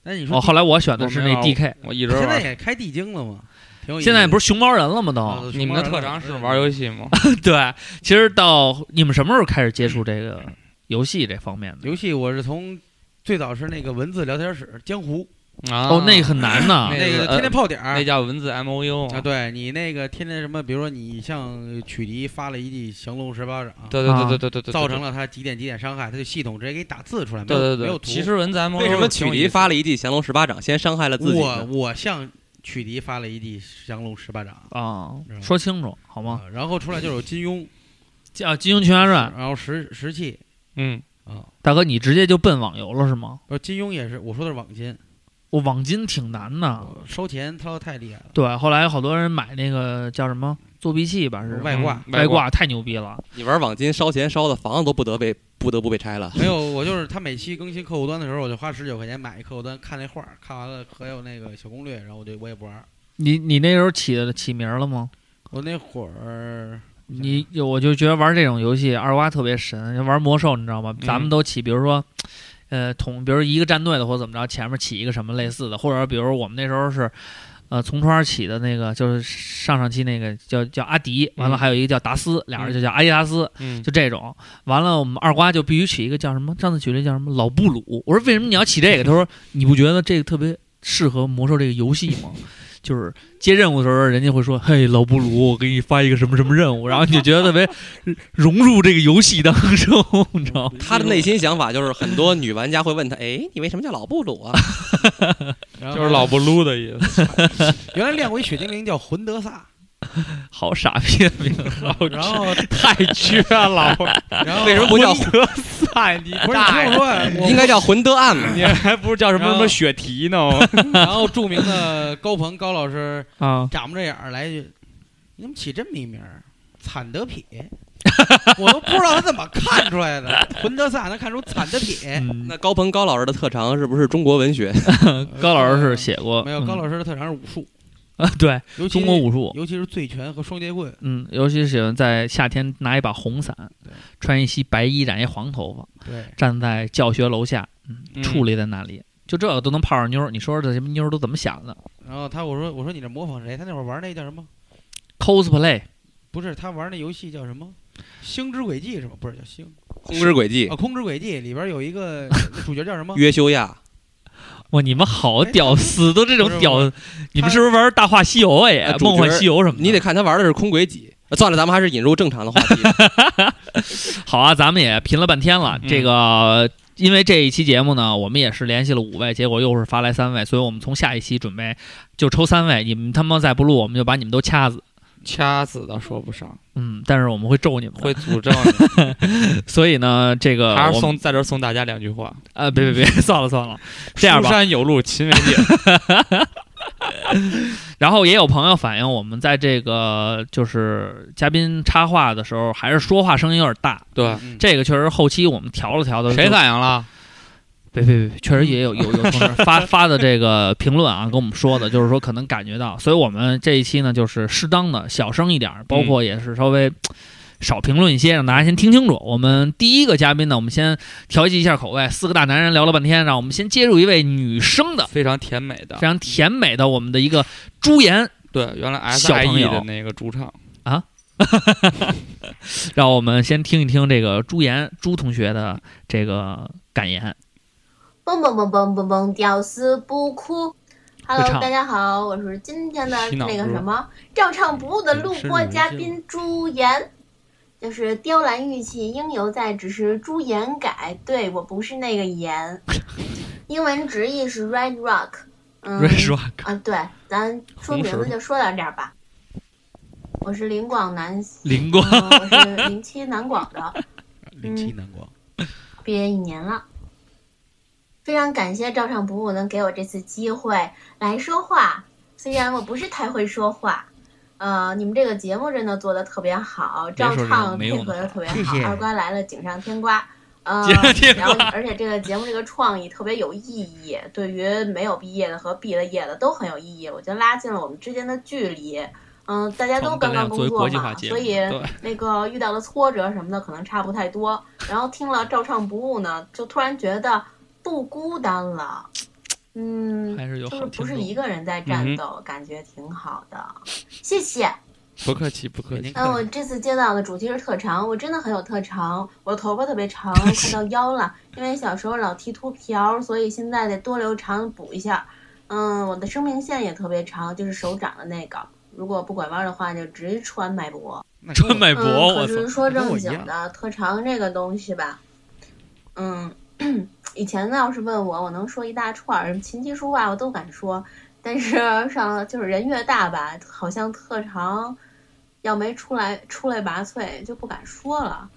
E: 那你
C: 哦，
E: 说
C: 后来我选的是
D: 嗯我没
C: 那
D: 玩
C: DK，
D: 我一直
E: 现在
D: 玩。
E: 也开地精了吗？挺有意思
C: 现
E: 的
C: 在不是熊猫人了吗？
E: 啊
C: 都
E: 熊
D: 你们
E: 猫
D: 的
E: 人
D: 特
E: 了
D: 长是
E: 对
D: 玩游戏吗？
C: 对，其实到你们什么时候开始接触这个游戏这方面的？
E: 游戏，我是从最早是那个文字聊天室江湖，
D: 啊，
C: 哦，那很难呢
D: 那。
E: 那
D: 个呃
E: 个天天泡点
D: 那
E: 儿。
D: 叫文字 M O U
E: 啊，对你那个天天什么，比如说你向曲迪发了一记降龙十八掌，
D: 对对对对对对对，
E: 造成了他几点几点伤害，他就系统直接给你打字出来，没
D: 对
E: 有
D: 对
E: 没有
D: 对。
E: 图。
D: 其实文字 M O U
F: 为什么曲迪发了一记降龙十八掌，先伤害了自己
E: 我
F: 呢？
E: 我向曲迪发了一记降龙十八掌，
C: 啊，
D: 嗯
C: 说清楚好吗？
E: 啊然后出来就是有金庸，
C: 叫《金庸群侠
F: 啊
C: 传》，
E: 然后石石器，
D: 嗯，
C: 大哥，你直接就奔网游了是吗？
E: 呃，金庸也是，我说的是网金，
C: 我网金挺难
F: 啊
C: 的，
D: 嗯
E: 收钱掏的太厉害了，
C: 对，后来好多人买那个叫什么作弊器吧，是
E: 外挂
D: 嗯
C: 外挂太牛逼了，
F: 你玩网金烧钱烧的房子都不得被不得不被拆了。
E: 没有，我就是他每期更新客户端的时候，我就花十九块钱买一客户端看那画儿，看完了还有那个小攻略，然后我就我也不玩儿。
C: 你你那时候起的起名了吗？
E: 我那会儿
C: 你我就觉得玩这种游戏二瓜特别神，玩魔兽你知道吗？
D: 嗯
C: 咱们都起，比如说，呃，统，比如一个战队的或者怎么着，前面起一个什么类似的，或者比如我们那时候是，呃，从川起的那个就是上上期那个叫叫阿迪，完了
D: 嗯
C: 还有一个叫达斯，俩人就叫阿迪达斯，
D: 嗯，
C: 就这种。完了，我们二瓜就必须起一个叫什么？上次举例叫什么？老布鲁。我说为什么你要起这个？他说你不觉得这个特别适合魔兽这个游戏吗？就是接任务的时候，人家会说：“嘿，老布鲁，我给你发一个什么什么任务。”然后你就觉得特别融入这个游戏当中，你知道吗？
F: 他的内心想法就是，很多女玩家会问他：“哎，你为什么叫老布鲁 啊
E: 然后
D: 就是老不撸的意思。
E: 原来练过一雪精灵叫魂德萨，
C: 好傻逼的名字，
E: 然后
C: 太缺了！
E: 然后
F: 为什么不叫
D: 德赛，你
E: 不是你听我说啊，？”
F: 应
E: 我
F: 该叫魂德暗 嘛。
D: 你还不如叫什么什么雪蹄呢？
E: 然后著名的高鹏高老师
C: 啊，
E: 眨不着眼儿来一句：“你怎么起这么一名儿？啊惨德撇。” 我都不知道他怎么看出来的，魂德萨能看出惨德撇。
C: 嗯，
F: 那高鹏高老师的特长是不是中国文学？
C: 高老师是写过
E: 嗯没有高
C: 师
E: 老师的特长是武术，
C: 啊，对，
E: 尤其
C: 中国武术，
E: 尤其是醉拳和双截棍，
C: 嗯，尤其喜欢在夏天拿一把红伞
E: 对，
C: 穿一袭白衣，染一黄头发，
E: 对，
C: 站在教学楼下，嗯，
D: 嗯
C: 矗立在那里，就这个都能泡上妞儿，你说说这些妞儿都怎么想的
E: 然后他我说我说你这模仿谁？他那会儿玩那叫什么？
C: ？cosplay
E: 不是他玩那游戏叫什么？星之轨迹是吧？不是叫星
F: 空之轨迹
E: 啊，，空之轨迹里边有一个 主角叫什么？
F: 约修亚，
C: 哇，你们好
E: 哎
C: 屌丝，都这
E: 不
C: 种
E: 是
C: 屌，你们是不是玩《大话西游》啊？也
F: 呃
C: 《
F: 主角
C: 梦幻西游》什么的？
F: 你得看他玩的是空轨几。呃算了，咱们还是引入正常的话题。
C: 好啊，咱们也贫了半天了，
D: 嗯
C: 这个。因为这一期节目呢，我们也是联系了五位，结果又是发来三位，所以我们从下一期准备就抽三位。你们他妈再不录，我们就把你们都掐死。
D: 掐死倒说不上，
C: 嗯，但是我们会咒你们的。
D: 会诅咒你。
C: 所以呢，这个
D: 还是
C: 我们
D: 送在这儿送大家两句 话：
C: 呃，别 别别，算了算了，这样
D: 书
C: 吧。
D: 山有路勤 为径。
C: 然后也有朋友反映，我们在这个就是嘉宾插话的时候，还是说话声音有点大。
D: 对，
E: 嗯
C: 这个确实后期我们调了调的。
D: 谁？反应了？
C: 别别别，确实也有有有同事发发的这个评论啊，跟我们说 的，就是说可能感觉到，所以我们这一期呢，就是适当的小声一点儿，包
D: 嗯
C: 括也是稍微。少评论一些，让大家先听清楚。我们第一个嘉宾呢，我们先调剂一下口味。四个大男人聊了半天，让我们先接入一位女生的
D: 非常甜美的
C: 非。常甜美的我们的一个朱颜，
D: 对，原来
C: 小
D: S I
C: 朋
D: E
C: 友
D: 的那个主唱，
C: 让我们先听一听这个朱颜朱同学的这个感言。
H: 蹦蹦蹦蹦蹦蹦，屌丝不哭。Hello，
C: 会唱
H: 大家好，我是今天的
D: 洗脑
H: 那个
D: 歌
H: 什么照唱不误的录
D: 是
H: 播
D: 你
H: 嘉
D: 这
H: 宾朱颜，就是雕栏玉砌应犹在，只是朱颜改。对我不是那个 颜，英文直译是 Red Rock。嗯，
C: Rock，
H: 啊，对，咱说
D: 红
H: 名
D: 石
H: 字就说到这儿吧。我是林广南，
C: 灵光
H: 嗯我是零七南广 的。嗯
E: 零七南光，
H: 毕业一年了，非常感谢照常不误能给我这次机会来说话。虽然我不是太会说话，呃，你们这个节目真的做的特别好，
C: 别
H: 照
C: 说这种
H: 唱
C: 没
H: 配
C: 用的
H: 合的特别好。
E: 谢谢
H: 二瓜来了，锦上添花。呃
C: 接着接，着
H: 然后而且这个节目这个创意特别有意义，对于没有毕业的和毕了业的都很有意义，我觉得拉近了我们之间的距离。嗯、大家
C: 我
H: 都
C: 们本
H: 刚
C: 来
H: 刚
C: 想作
H: 工
C: 为
H: 作
C: 国际
H: 嘛
C: 化，节目，
H: 所以
C: 对，
H: 那个遇到的挫折什么的可能差不太多。然后听了照唱不误呢，就突然觉得不孤单了，嗯，
C: 还是有
H: 就是
C: 好
H: 不
C: 听嗯
H: 是
C: 众。
H: 一个人在战斗，感觉挺好的。谢 谢。
D: 不客气，不客气。
H: 嗯，我这次接到的主题是特长，我真的很有特长，我的头发特别 长，快到腰了，因为小时候老剃秃瓢，所以现在得多留长补一下。嗯，我的生命线也特别长，就是手掌的那个，如果不拐弯的话，就直接穿脉搏。
E: 那跟
C: 穿
E: 我
C: 脉搏，
H: 嗯，可
C: 我操！
H: 是说正
E: 跟我
H: 经
E: 一
H: 的特长这个东西吧，嗯，以前呢要是问我，我能说一大串儿，什么琴棋书画我都敢说，但是上了就是人越大吧，好像特长要没出来出类拔萃就不敢说了。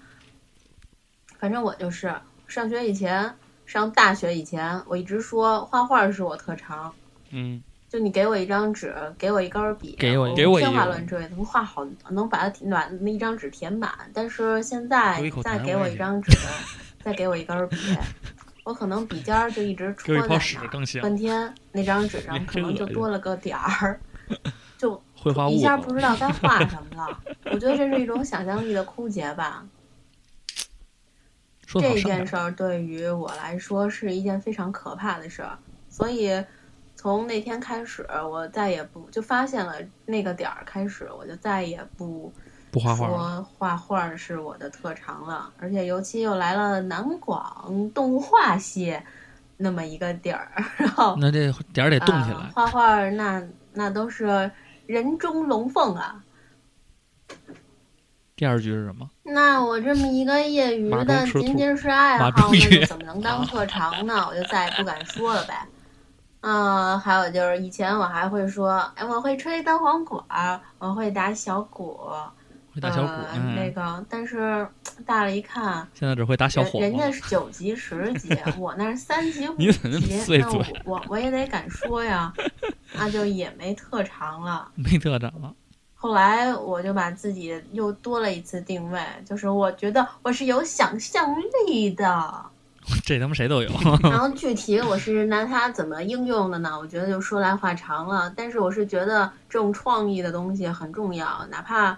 H: 反正我就是上学以前，上大学以前，我一直说画画是我特长，
D: 嗯，
H: 就你给我一张纸，给我一根笔，
C: 给我一
D: 给我一
H: 天花
D: 个
H: 乱坠，怎么画好能把它填满那一张纸填满？但是现在
E: 有一口
H: 再
E: 痰
H: 给
E: 我
H: 我
E: 也
H: 一
E: 觉得
H: 张 纸，再给我一根笔，我可能笔尖儿就一直戳
C: 给我一
H: 在
C: 泡屎
H: 那儿，
C: 更行，
H: 半天那张纸上可能就多了个点儿，就
C: 绘画
H: 一
C: 物
H: 下不知道该画什么了。我觉得这是一种想象力的枯竭吧。
C: 说的好
H: 这
C: 善
H: 件
C: 良。
H: 事儿对于我来说是一件非常可怕的事儿，所以从那天开始，我再也不就发现了那个点儿开始，我就再也不
D: 不画画了，
H: 说画画是我的特长了，而且尤其又来了南广动画系那么一个地儿，然后
C: 那这点儿得动起
H: 啊
C: 来，
H: 画画那那都是人中龙凤啊，
C: 第二句是什么？
H: 那我这么一个业余
D: 马
H: 的
D: 中吃
H: 仅
D: 醋
H: 仅是爱
C: 马
H: 好，
C: 中
H: 那
C: 鱼
H: 就怎么能当特长呢？我就再也不敢说了呗。嗯，还有就是以前我还会说，哎，我会吹单簧管儿，我会打小鼓，
C: 会打小鼓，
H: 呃那
C: 嗯，
H: 个，但是大了一看，
C: 现在只会打小
H: 人
C: 火
H: 人家
C: 了。
H: 是九级、十 级，我那是三级、五级，
D: 你怎么那么碎
H: 那
D: 嘴
H: 我我我也得敢说 呀，那就也没特长了。
C: 没特长了，
H: 后来我就把自己又多了一次定位，就是我觉得我是有想象力 的。
C: 这他妈谁都有。
H: 然后具体我是拿它怎么应用的呢？我觉得就说来话长了。但是我是觉得这种创意的东西很重要，哪怕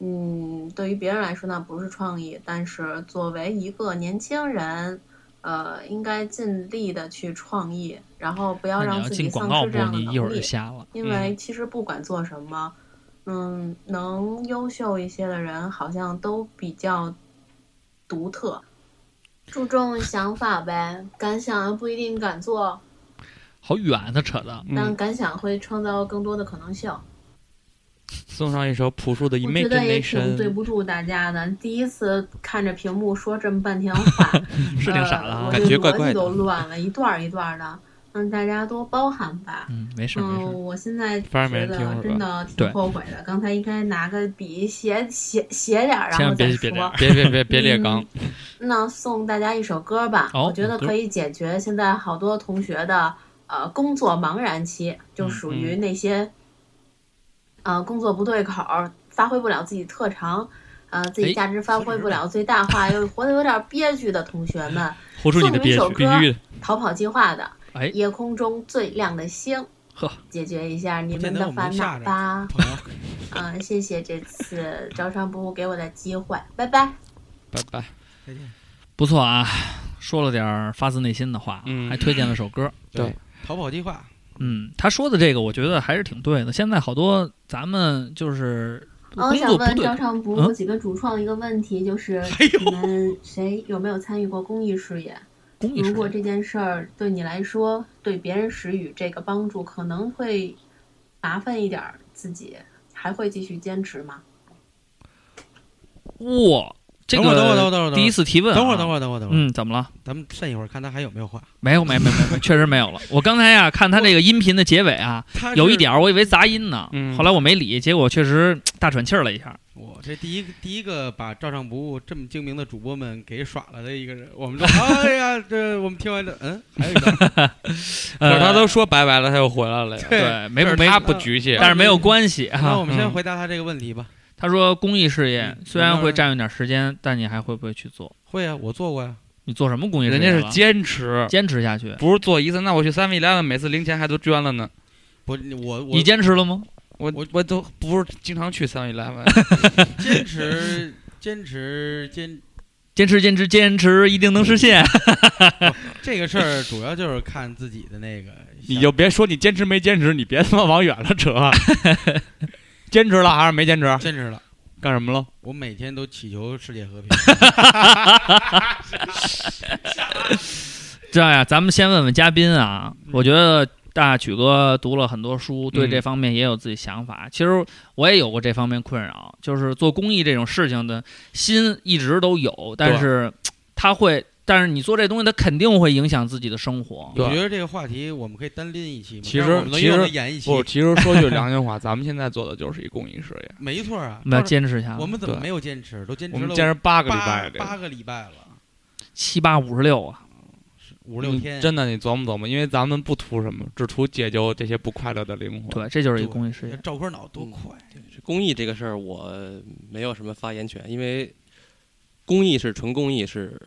H: 嗯对于别人来说那不是创意，但是作为一个年轻人，呃，应该尽力的去创意，然后不要
C: 那你
H: 让
C: 要
H: 自
C: 进
H: 己
C: 广
H: 丧
C: 告
H: 失这
C: 部，
H: 样的
C: 你一会
H: 能
C: 儿就
H: 力。
C: 瞎了。
H: 因为其实不管做什么，嗯，能优秀一些的人好像都比较独特，注重想法呗，敢想不一定敢做，
C: 好远，啊他扯 的。
H: 但
D: 嗯，
H: 敢想会创造更多的可能性。
D: 送上一首朴树的《
H: 我觉得也
D: Imagination
H: 挺对》，不住大家的，第一次看着屏幕说这么半天话，
C: 是挺傻的
H: 呃
C: 啊
H: 我
F: 感
H: 这
F: 觉怪
H: 逻
F: 怪
H: 辑
F: 的
H: 都乱了，一段儿一段儿的，嗯，大家多包涵吧。
C: 嗯，没事没
H: 嗯，
C: 事，
H: 我现在
D: 反正没
H: 觉
D: 人
H: 得
D: 听是
H: 真
D: 吧
H: 的
C: 对
H: 挺后悔的，刚才应该拿个笔写写写点儿，然
C: 千
H: 后
C: 万
H: 再
C: 别别这
H: 说。
C: 样
H: 嗯
D: 别别 别别裂缸，
H: 那送大家一首歌吧，
C: 哦
H: 我觉得
C: 有歌
H: 可以解决现在好多同学的呃工作茫然期，就
D: 嗯
H: 属于那些呃工作不对口儿，发挥不了自己特长。呃，自
C: 哎
H: 己价值发挥不了最大化，又活得有点憋屈的同学们，
C: 活出你的憋
H: 送你
C: 屈
H: 一首，歌
D: 必须的。
H: 逃跑计划的
C: 哎
H: 《夜空中最亮的星》
C: 呵，
H: 解决一下你
E: 不见
H: 们
E: 得
H: 的
E: 我们
H: 烦
E: 能
H: 恼
E: 下着
H: 吧。
E: 朋友，
H: 嗯，谢谢这次招商部给我的机会，拜拜。
D: 拜 拜。
E: 再见。
C: 不错啊，说了点儿发自内心的话，啊
D: 嗯
C: 还推荐了首歌。
E: 逃跑计划，
C: 嗯，他说的这个，我觉得还是挺对的。现在好多咱们就是
H: 我
C: 工
H: 哦想
C: 作不
H: 问
C: 对
H: 招，商部
C: 嗯哎
H: 几个主创一个问题， 就是你们谁有没有参与过公益事业？
C: 公益
H: 如
C: 事
H: 果
C: 业
H: 这件事儿对你来说，对别人施予这个帮助，可能会麻烦一点儿，自己还会继续坚持吗？
C: 哇，这
E: 等
C: 个
E: 会儿，等会儿，等会儿，等会儿，
C: 第一次提问、
E: 等会儿，等
C: 儿，
E: 会儿，等会儿，等会儿，
C: 嗯，怎么了？
E: 咱们慎一会儿，看他还有没有话。
C: 没有，没没没没，确实没有了。我刚才呀、看他这个音频的结尾啊，
E: 他
C: 有一
E: 是，
C: 点儿我以为杂音呢，
D: 嗯
C: 后来我没理，结果确实大喘气儿了一下。
E: 我这第一个第一个把照上不误这么精明的主播们给耍了的一个人，我们这， 哎呀，这我们听完这，嗯，还有一 段，
D: 可
C: 呃，
D: 是他都说拜拜了，他又回来了呀。
C: 对，没
D: 就是
C: 没
D: 他不局限
C: 但，是没有关系
E: 那
C: 哈。
E: 我们先回答他这个问题吧。
C: 他说公益事业
E: 嗯
C: 虽然会占用点时间，但你还会不会去做？
E: 会啊，我做过呀，
C: 你做什么工业
D: 人
C: 水
D: 家
C: 平了？
D: 是坚持，
C: 坚持下去。
D: 不是做一次，那我去 Seven Eleven 每次零钱还都捐了呢。
E: 不，我我
C: 你坚持了吗？
D: 我
E: 我
D: 我都不是经常去 Seven Eleven，
E: 坚持 坚持坚
C: 坚持，坚持，坚持，一定能实 现。
E: 这个事儿，主要就是看自己的那个想。
G: 你就别说你坚持没坚持，你别他妈往远了扯。啊 坚持了还是没坚持？
E: 坚持了。
G: 干什么了？
E: 我每天都祈求世界 和平。
C: 这样呀，啊咱们先问问嘉宾啊。我觉得大曲哥读了很多书，对这方面也有自己想法。其实我也有过这方面困扰，就是做公益这种事情的心一直都有，但是他会，但是你做这东西，它肯定会影响自己的生活。
E: 我觉得这个话题我们可以单拎一期嘛，这
D: 其
E: 样
D: 实
E: 我们能
D: 其
E: 用
D: 实
E: 来演一期，
D: 不，其实说句良心话，咱们现在做的就是一公益事业。
E: 没错啊。
C: 我们要
E: 到时
C: 坚持下
E: 候
C: 来
E: 我。们怎么
D: 对
E: 没有坚持？都坚
D: 我
E: 持
D: 们
E: 了
D: 坚持八个礼拜
E: 八
D: 了，这
E: 八个礼拜了，
C: 七八五十六啊，
E: 五六
D: 嗯
E: 天。
D: 真的，你琢磨琢磨，因为咱们不图什么，只图解救这些不快乐的灵魂。嗯
C: 对，这就是一个公益事业。
E: 赵坤脑多快，啊
F: 公益这个事儿，我没有什么发言权，因为公益是纯公益是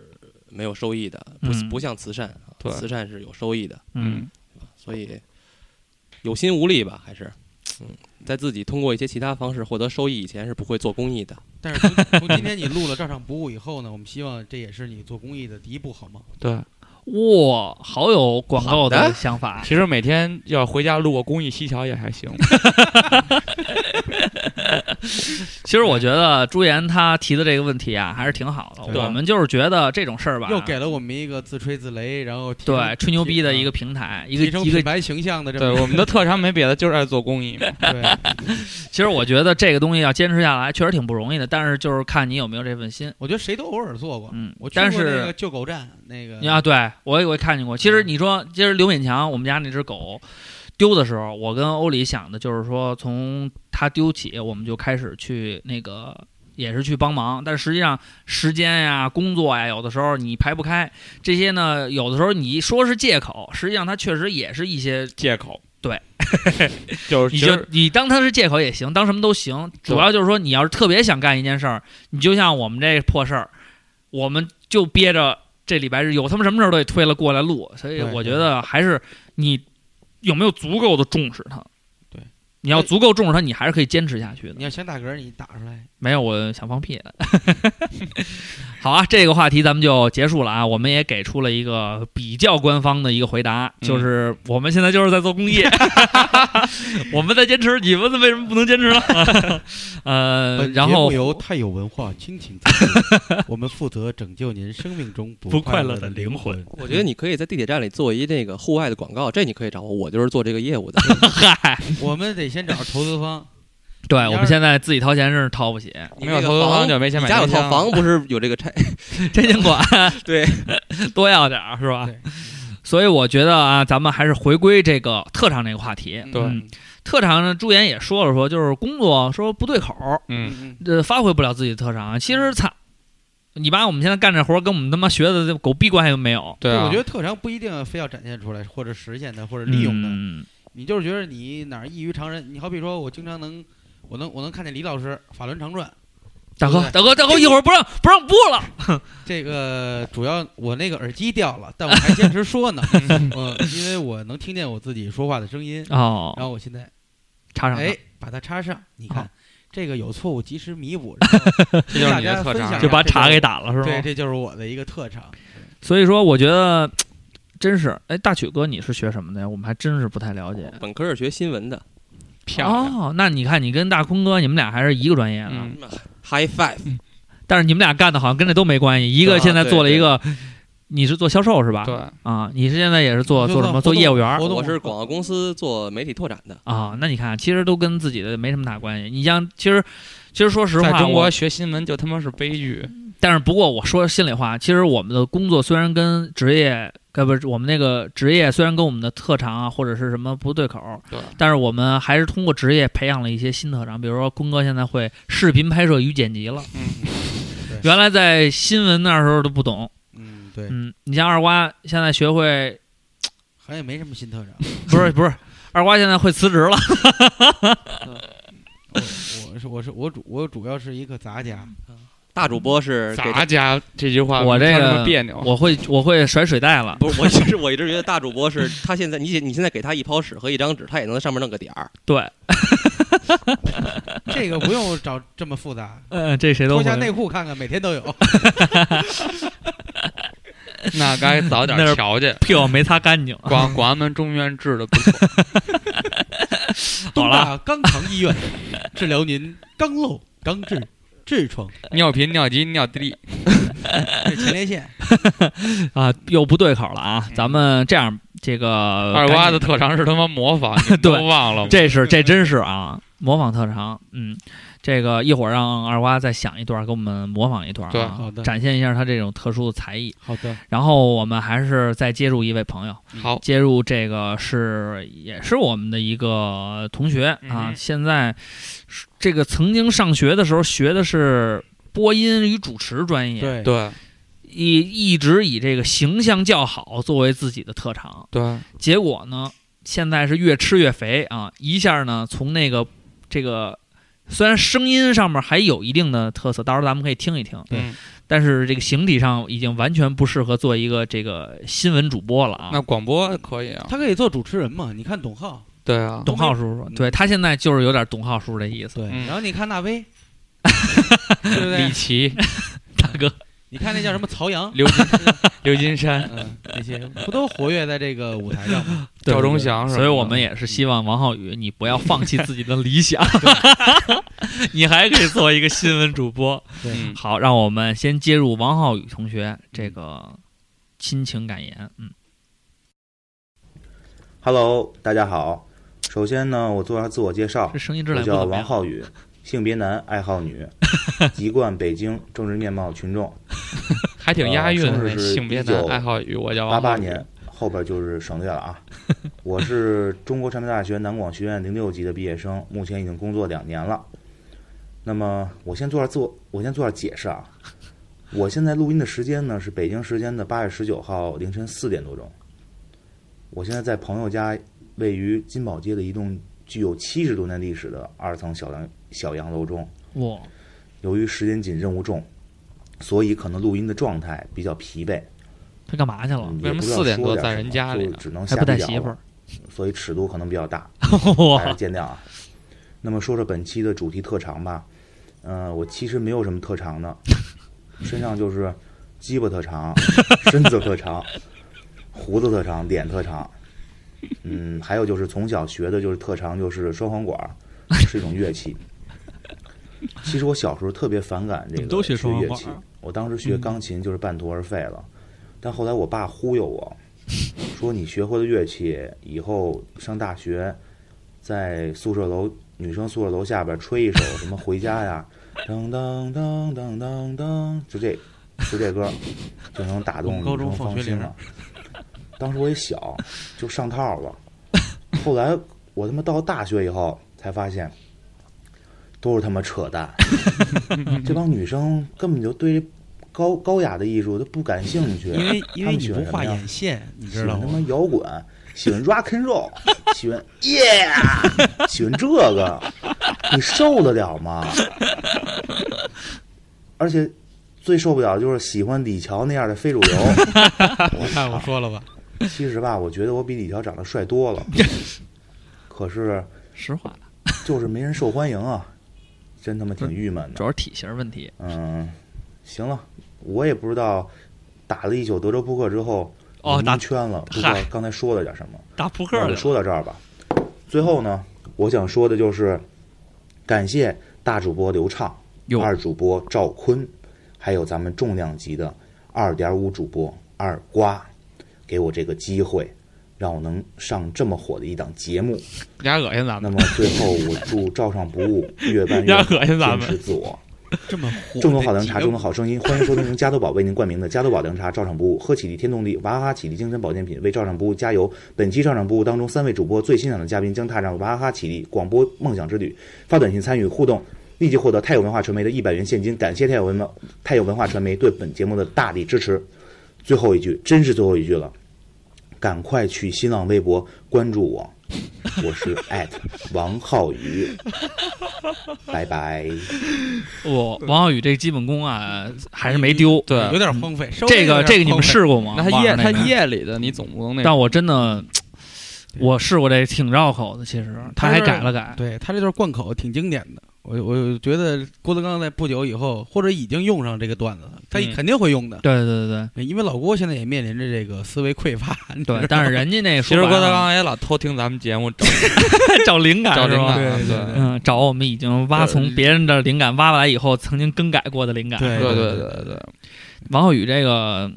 F: 没有收益的，不、
C: 嗯
F: 不像慈善啊，
D: 对
F: 慈善是有收益的，
C: 嗯，
F: 所以有心无力吧，还是嗯，在自己通过一些其他方式获得收益以前是不会做公益的。
E: 但是从从今天你录了照常不误以后呢，我们希望这也是你做公益的第一步，好吗？
D: 对，
C: 哇，好有广告
F: 好
C: 的
F: 的
C: 想法。啊
D: 其实每天要回家路过公益西桥也还行。
C: 其实我觉得朱岩他提的这个问题啊，还是挺好的。
E: 对
C: 我们就是觉得这种事儿吧，
E: 又给了我们一个自吹自擂，然后提升
C: 对吹牛逼的一个平台，一个
E: 提升
C: 一
E: 品
C: 个。
E: 牌形象的这
D: 对，
E: 么
D: 我们的特长没别的，就是爱做公益嘛。
E: 对，
C: 其实我觉得这个东西要坚持下来，确实挺不容易的。但是就是看你有没有这份心。
E: 我觉得谁都偶尔做过。
C: 嗯
E: 我，去过
C: 但
E: 那个
C: 是
E: 救狗站那个
C: 你啊，对我我也看见过。其实你说，其实刘勉强我们家那只狗丢的时候，我跟欧里想的就是说，从它丢起，我们就开始去那个。也是去帮忙，但实际上时间呀、工作呀，有的时候你排不开这些呢。有的时候你说是借口，实际上它确实也是一些
D: 借口。
C: 对，
D: 就是
C: 你
D: 其
C: 就
D: 实
C: 你当它是借口也行，当什么都行。主要就是说，你要是特别想干一件事儿，你就像我们这破事儿，我们就憋着这礼拜日有他们什么事儿都得推了过来录。所以
E: 对
C: 我觉
E: 对
C: 得还是你有没有足够的重视它。
E: 对，
C: 你要足够重视它，你还是可以坚持下去
E: 你
C: 的。
E: 要想打嗝，你打出来。
C: 没有，我想放屁。 好啊，这个话题咱们就结束了啊。我们也给出了一个比较官方的一个回答，
D: 嗯
C: 就是我们现在就是在做公益， 我们在坚持，你们为什么不能坚持呢？ 呃，
E: 本
C: 然
E: 节
C: 后
E: 目由太有文化亲情赞 助，我们负责拯救您生命中不
C: 不快乐
E: 乐
C: 的灵
E: 灵魂。
F: 我觉得你可以在地铁站里做一那个户外的广告，这你可以找我，我就是做这个业务的。
C: 嗨，
E: 我们得先找投资方，
C: 对
E: 你要
C: 我们
E: 是
C: 现在自己掏钱是掏不起，
F: 你
D: 没有
F: 这个
D: 投资方
F: 房
D: 就没钱
F: 你
D: 买
F: 家有
D: 冰
F: 套
D: 箱
F: 房不是有这个 拆？
C: 拆迁 款
F: 对
C: 多要点儿是吧
E: 对？
C: 所以我觉得啊，咱们还是回归这个特长这个话题。
D: 对
C: 嗯特长呢，朱岩也说了说，就是工作说不对口儿，
D: 嗯，
E: 嗯，
C: 这呃发挥不了自己的特长。其实操，你把我们现在干这活儿跟我们他妈学的这狗逼关系都没有，
D: 对啊，
E: 我觉得特长不一定非要展现出来，或者实现它，或者利用它。
C: 嗯
E: 你就是觉得你哪儿异于常人，你好比说我经常能，我能我能看见李老师法轮常转，
C: 大哥，
E: 对
C: 大哥，大哥，一会儿不让不让播 了。
E: 这个主要我那个耳机掉了，但我还坚持说呢，嗯，因为我能听见我自己说话的声音，然
C: 哦，
E: 后我现在
C: 插上
E: 哎
C: 了，
E: 把它插上，你看
C: 好
E: 这个有错误及时弥补，然后
D: 这就是
E: 大
D: 你
E: 家
D: 的特
E: 分享
D: 长
E: 一下
C: 就把
E: 这
C: 茶
E: 个
C: 给打了是吗？
E: 对，这就是我的一个特长。
C: 所以说，我觉得真是，哎，大曲哥，你是学什么的呀？我们还真是不太了解。
F: 本科是学新闻的
D: 漂亮。
C: 哦，那你看，你跟大坤哥，你们俩还是一个专业的，
D: 嗯，
F: ，High Five，
C: 但是你们俩干的好像跟这都没关系。一个
F: 啊
C: 现在
F: 对
C: 做了一
F: 对
C: 个，你是做销售是吧？
D: 对，
C: 啊，你是现在也是做做什么？
E: 我就做
C: 做业务员
E: 活
C: 儿
E: 动
F: 我是广告公司做媒体拓展的。
C: 啊？那你看，其实都跟自己的没什么大关系。你像，其实其实说实话，
D: 在中
C: 我
D: 国学新闻就他妈是悲剧。
C: 但是不过我说心里话，其实我们的工作虽然跟职业，呃，不是我们那个职业虽然跟我们的特长啊或者是什么不对口儿，
D: 对
C: 但是我们还是通过职业培养了一些新特长，比如说坤哥现在会视频拍摄与剪辑了，
D: 嗯，
C: 原来在新闻那时候都不懂，
E: 嗯，对，
C: 嗯，你像二瓜现在学会
E: 好像也没什么新特长。
C: 不是不是，二瓜现在会辞职了，
E: 我我是我是我主我主要是一个杂家，
F: 大主播是给
D: 咱家这句话
C: 我这
D: 听着那
C: 个
D: 么别扭，
C: 我会我会甩水袋了。
F: 不是，我其实我一直觉得大主播是他现在，你你现在给他一泡屎和一张纸，他也能在上面弄个点儿。
C: 对，
E: 这个不用找这么复杂，
C: 嗯，这谁都
E: 脱
C: 会
E: 下。内裤看看，每天都有。
D: 那该早
C: 那是
D: 点瞧去。
C: 屁股没擦干净。
D: 广广安门中医院治的不错，
C: 好
E: 东
C: 了，
E: 大肛肠医院治疗您肛瘘、肛痔、痔疮。
D: 尿频、尿急、尿滴。
E: 这前列腺，
C: 啊，又不对口了啊！咱们这样，这个
D: 嗯二瓜
C: 赶紧
D: 的特长是他妈模 仿，你们
C: 对
D: 都忘了吗？
C: 这是这真是啊，模仿特长。嗯，这个一会儿让二瓜再想一段，给我们模仿一段
D: 对
C: 啊，
E: 好的
C: 展现一下他这种特殊的才艺。
E: 好的，
C: 然后我们还是再接入一位朋友，
D: 好，
C: 接入这个是也是我们的一个同学啊，
D: 嗯
C: 现在是这个曾经上学的时候学的是播音与主持专业，
E: 对，
D: 对
C: 一一直以这个形象较好作为自己的特长。
D: 对，
C: 结果呢，现在是越吃越肥啊，一下呢从那个这个虽然声音上面还有一定的特色，到时候咱们可以听一听，
D: 嗯，
C: 但是这个形体上已经完全不适合做一个这个新闻主播了啊。
D: 那广播可以啊，
E: 他可以做主持人嘛？你看董浩，
D: 对啊，
C: 董浩叔叔，
E: 嗯
C: 对他现在就是有点董浩叔叔的意思，
E: 对，
D: 嗯
E: 然后你看纳威，对不
D: 李
E: 对？
D: 琦、
C: 大哥，
E: 你看那叫什么曹阳，
D: 刘金、刘金山、
E: 嗯，那些不都活跃在这个舞台上吗？
C: 对
D: 赵忠祥什么的，
C: 所以我们也是希望王浩宇，你不要放弃自己的理想， 你还可以做一个新闻主播。
D: 嗯
C: 好，让我们先接入王浩宇同学这个亲情感言，嗯。
I: Hello，大家好。首先呢，我做一下自我介绍
C: 这，声音质
I: 我
C: 量不
I: 叫
C: 怎么
I: 王
C: 样。
I: 浩宇，性别男，爱好 女，籍贯北京，政治面貌群众。
D: 还挺押韵
I: 呃
D: 的，
I: 生日是
D: 性别男
I: 19
D: 爱好语，我叫
I: 八
D: 王浩
I: 八
D: 宇
I: 年，后边就是省略了啊。 我是中国传媒大学南广学院零六级的毕业生，目前已经工作两年了。那么我先做点自我，我先做点解释啊。我现在录音的时间呢是北京时间的八月十九号凌晨四点多钟。我现在在朋友家位于金宝街的一栋具有七十多年历史的二层小洋小洋楼中。
C: 哇，
I: 由于时间紧，任务重，所以可能录音的状态比较疲惫。
C: 他干嘛去了？
I: 嗯
D: 哦为什
I: 也
D: 么
I: 不知道
D: 4点
I: 说
D: 多
I: 点
D: 在
I: 什
D: 人
I: 么
D: 家里
I: 就
D: 呢
I: 只能
C: 还
I: 瞎
C: 不带
I: 聊
C: 媳妇
I: 了
C: 儿？
I: 所以尺度可能比较 大，大家
C: 哇，
I: 见谅啊。那么说说本期的主题特长吧，呃，我其实没有什么特长的，身上就是鸡巴特长、身子特长、胡子特长、脸特长，嗯，还有就是从小学的就是特长就是双簧管儿，是一种乐器。其实我小时候特别反感这
C: 你
I: 个
C: 们都学双簧
I: 乐
C: 管
I: 器
C: 儿啊，
I: 我当时学钢琴就是半途而废了，但后来我爸忽悠我说你学会了乐器以后上大学，在宿舍楼女生宿舍楼下边吹一首什么回家呀，噔噔噔噔噔噔，就这就这歌就能打
E: 我
I: 动
E: 们
I: 女
E: 高中
I: 生
E: 放
I: 芳
E: 学
I: 心
E: 铃
I: 了。当时我也小，就上套了。后来我他妈到大学以后才发现，都是他妈扯淡。 这帮女生根本就对高高雅的艺术都不感兴趣，
E: 因为因为你
I: 喜
E: 不
I: 欢
E: 画
I: 什么呀
E: 眼线，你
I: 喜
E: 知道
I: 欢他妈
E: 吗？
I: 摇滚，喜欢 rock and roll，喜欢 yeah，喜欢这个，你受得了吗？ 而且最受不了就是喜欢李乔那样的非主流。
E: 我看我说了吧，
I: 其实吧，我觉得我比李乔长得帅多了，可是
C: 实话，
I: 就是没人受欢迎啊，真他妈挺郁闷
C: 主
I: 的。
C: 要是体型问题。
I: 嗯，行了，我也不知道打了一宿德州扑克之后，
C: 哦
I: 我
C: 打
I: 蒙圈了，不知道刚才说了点什么。
C: 打扑
I: 那就说到这儿吧。最后呢，我想说的就是，感谢大主播刘畅
C: 哟、
I: 二主播赵坤，还有咱们重量级的二点五主播二瓜，给我这个机会，让我能上这么火的一档节目。
D: 俩恶心咱
I: 那
D: 们，
I: 么最后，我祝照上不 误，越办越
D: 俩
I: 好，
D: 恶心咱
I: 坚
D: 们
I: 持，自我。
E: 这么火，
I: 正宗好凉茶，正宗好声音，欢迎收听由加多宝为您冠名的加多宝凉茶，照常不误，喝起力添动力，娃哈哈起力精神保健品，为照常不误加油。本期照常不误当中，三位主播最欣赏的嘉宾将踏上娃哈哈起力广播梦想之旅，发短信参与互动，立即获得太有文化传媒的一百元现金，感谢太有文太有文化传媒对本节目的大力支持。最后一句，真是最后一句了，赶快去新浪微博关注我，我是 at 王浩宇， 拜拜。
C: 我王浩宇这基本功啊还是没丢。
D: 对
E: 有点荒废。稍
C: 嗯
E: 微
C: 这
E: 有
C: 个
E: 点
C: 这个你们
E: 荒废
C: 试过吗？
D: 嗯那他
C: 网
D: 夜
C: 上
D: 他
C: 那个
D: 夜里的，你总不能那
C: 但我真的，我试过这挺绕口的，其实他还改了改。
E: 对他这段贯口挺经典的，我我觉得郭德纲在不久以后或者已经用上这个段子了，他
D: 嗯
E: 肯定会用的，
C: 对对对
E: 因为老郭现在也面临着这个思维匮乏。你知
C: 对
E: 道
C: 对
E: 吗，
C: 但是人家那
D: 其
C: 说
D: 实
C: 白
D: 郭德
C: 了啊
D: 纲也老偷听咱们节目 找
C: 找灵感
D: 找
C: 是
D: 灵
C: 吧
D: 感，
E: 对对
D: 对
C: 嗯，找我们已经挖从别人的灵感挖来以后，曾经更改过的灵感。
E: 对
D: 对对对对，
C: 王浩宇这个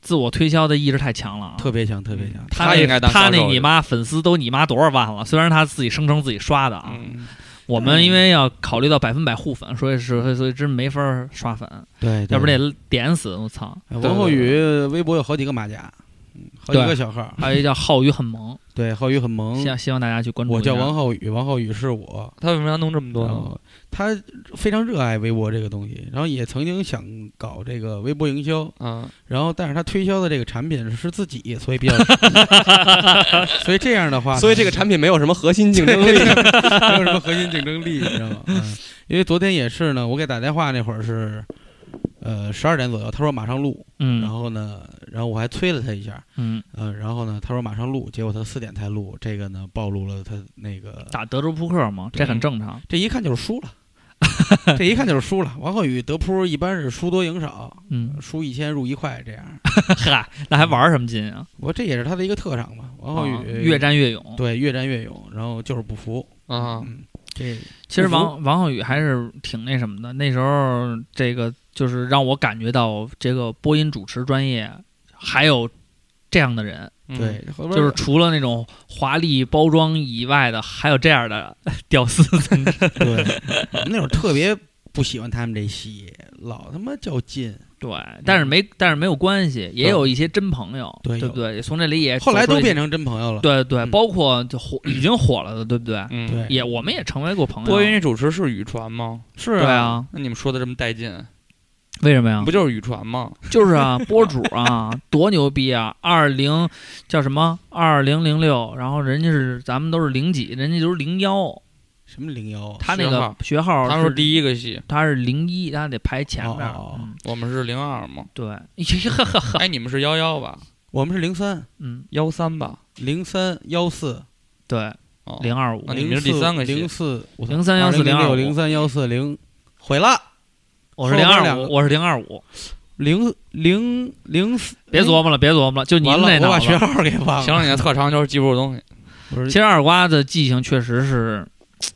C: 自我推销的意志太强了啊！
E: 特别强，特别强。
C: 他
D: 他
C: 那
D: 应该当
C: 他
D: 销
C: 那
D: 售
C: 你
D: 的
C: 妈粉丝都你妈多少万了？虽然他自己声称自己刷的啊，
D: 嗯，
C: 我们因为要考虑到百分百互粉，所以是所以真没法儿刷粉，
E: 对，
C: 要不
E: 这
C: 然得点死我操！
E: 王浩宇微博有好几个马甲，嗯好几
C: 对
E: 个小号。
C: 还有一个叫浩宇很萌，
E: 对，浩宇很萌
C: 希。望希望大家去关注一
E: 嗯我
C: 下。
E: 叫王浩宇，王浩宇是我。
D: 他为什么要弄这么多
E: 然
D: 呢？
E: 后他非常热爱微博这个东西，然后也曾经想搞这个微博营销，
D: 嗯，
E: 然后但是他推销的这个产品是自己，所以 比较，所以这样的话，
F: 所以这个产品没有什么核心竞争力。
E: 没有什么核心竞争力，你知 道吗？嗯，因为昨天也是呢，我给打电话那会儿是，呃，十二点左右，他说马上录，然
C: 嗯
E: 后呢，然后我还催了他一下，
C: 嗯，
E: 呃，然后呢，他说马上录，结果他四点才录，这个呢暴露了他那个，
C: 打德州扑克嘛，这很正常。
E: 这一看就是输 了，这一看就是输了。王浩宇德扑一般是输多赢少，
C: 嗯，
E: 输一千入一块这样，
C: 嗨，那还玩什么劲啊？
E: 我这也是他的一个特长嘛。王浩宇、
C: 啊越战越勇。
E: 对越战越勇，然后就是不服
D: 啊，
E: 嗯，这
C: 其实
E: 不服
C: 王王浩宇还是挺那什么的，那时候这个就是让我感觉到这个播音主持专业还有这样的人，
D: 嗯
E: 对，后边
C: 就是除了那种华丽包装以外的，还有这样的 屌丝存在。
E: 对，我 们那会儿特别不喜欢他们这戏，老他妈较劲。
C: 对，但是没但是没有关系，也有一些真朋友，
E: 对
C: 对不对？也从这里也
E: 后
C: 哎
E: 来
C: 走出
E: 都
C: 了一些
E: 变成真朋友了。
C: 对对，
E: 嗯
C: 包括就火已经火了的，对不对？
D: 嗯，
E: 对，
C: 也我们也成为过朋友。
D: 播音主持是宇嗯传吗？
E: 是
C: 对，啊，
D: 那你们说的这么带劲，
C: 为什么呀
D: 不？就是宇传吗？
C: 就是啊，播主啊， 多牛逼啊！二零叫什么？二零零六，然后人家是咱们都是零几，人家就是零幺，
E: 什么零幺啊？
C: 他那
D: 学
C: 个
D: 号
C: 学号
D: 他说
C: 是
D: 第一个戏，
C: 他是零一，他得排前面儿。
E: 哦哦哦
C: 嗯，，
D: 我们是零二嘛
C: 对， 呵呵呵，
D: 哎，你们是幺幺吧，
E: 我们是零三、
C: 嗯，
D: 幺三吧，
E: 零三、幺四、
C: 对，
D: 哦，
C: 零二五
D: 那，你们是第三个戏
E: 啊零四、
C: 03 14
E: 零
C: 05
E: 零三幺四零，毁了。
C: 我是
E: 后
C: 零
E: 边
C: 二
E: 两
C: 五
E: 个，
C: 我是零二五，
E: 零零零四，
C: 别琢磨了，别琢磨了，就您
E: 哎完了，
C: 那脑
E: 我把
C: 子
E: 学。号给忘
D: 行
E: 了。
D: 了，你的特长就是记不住东西，
E: 不
C: 其
E: 是，
C: 实二瓜的记性确实是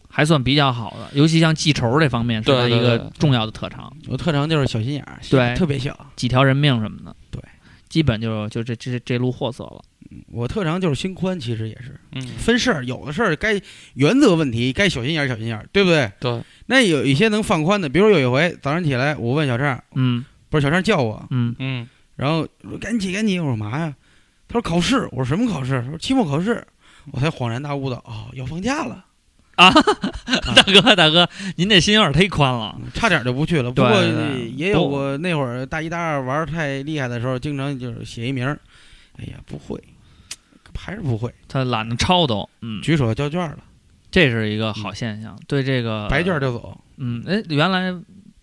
C: 还算比较好的，尤其像记仇这方面是
D: 对
C: 他一
D: 对
C: 个
D: 对
C: 重要的特长。
E: 我特长就是小心眼儿，
C: 对
E: 特别小。
C: 几条人命什么的，
E: 对，
C: 基本就就这这这路货色了。
E: 我特长就是心宽，其实也是
D: 嗯，
E: 分事儿，有的事儿该原则问题该小心眼儿，小心眼儿，对不对？
D: 对，
E: 那有一些能放宽的，比如有一回早上起来，我问小畅，
C: 嗯
E: 不是小畅叫我，
C: 嗯
D: 嗯，
E: 然后我说赶紧赶紧，我说嘛呀？他说考试，我说什么考试？他说期末考试，我才恍然大悟到，哦，要放假了，
C: 啊，大哥大哥，您这心有点忒宽了。
E: 嗯差点就不去了。不
C: 对
E: 过
C: 对对
E: 也有过那会儿大一大二玩儿太厉害的时候，经常就是写一名儿，哎呀不会，还是不会，
C: 他懒得抄都，嗯，
E: 举手交卷了，
C: 这是一个好现象。对这个
E: 白卷，就走。
C: 嗯，哎，原来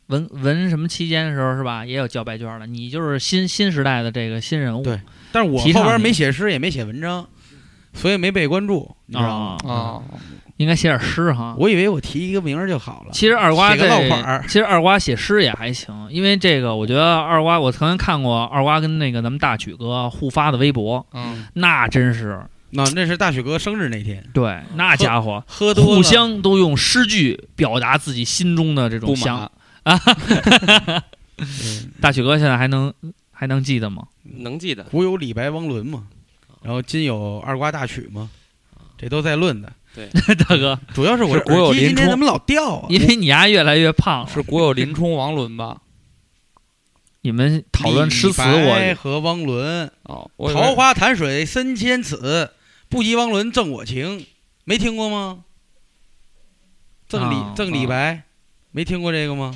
C: 文文什么期间的时候是吧，也有叫白卷的。你就是新新时代的这个新人物，
E: 对但是我
C: 提倡
E: 后边
C: 你
E: 没写诗，也没写文章，所以没被关注，你知道吗？
C: 啊
D: 哦，
C: 应该写点诗哈。
E: 我以为我提一个名儿就好了。
C: 其实二瓜
E: 写个
C: 这
E: 落款儿，
C: 其实二瓜写诗也还行，因为这个我觉得二瓜，我曾经看过二瓜跟那个咱们大曲哥互发的微博，
D: 嗯，
C: 那真是
E: 那那是大许哥生日那天，
C: 对，那家伙
E: 喝多了
C: 互相都用诗句表达自己心中的这种
D: 不
C: 想
D: 满。
C: 啊。
E: 嗯
C: 大曲哥现在还能还能记得 吗？
F: 能记得，
E: 古有李白、汪伦嘛，然后今有二瓜大曲嘛，这都在论的。
C: 大哥，
E: 主要是我
D: 是古有
E: 耳机
D: 林
E: 今天
D: 冲
E: 怎么老掉啊？
C: 因为你丫越来越胖了，
D: 是古有林冲、王伦吧？
C: 你们讨论诗词，
E: 李白
C: 我
E: 和汪伦，
D: 哦，我以为
E: 桃花潭水深千尺，不及汪伦赠我情，没听过吗？赠李、
C: 啊
E: 赠李白，没听过这个吗？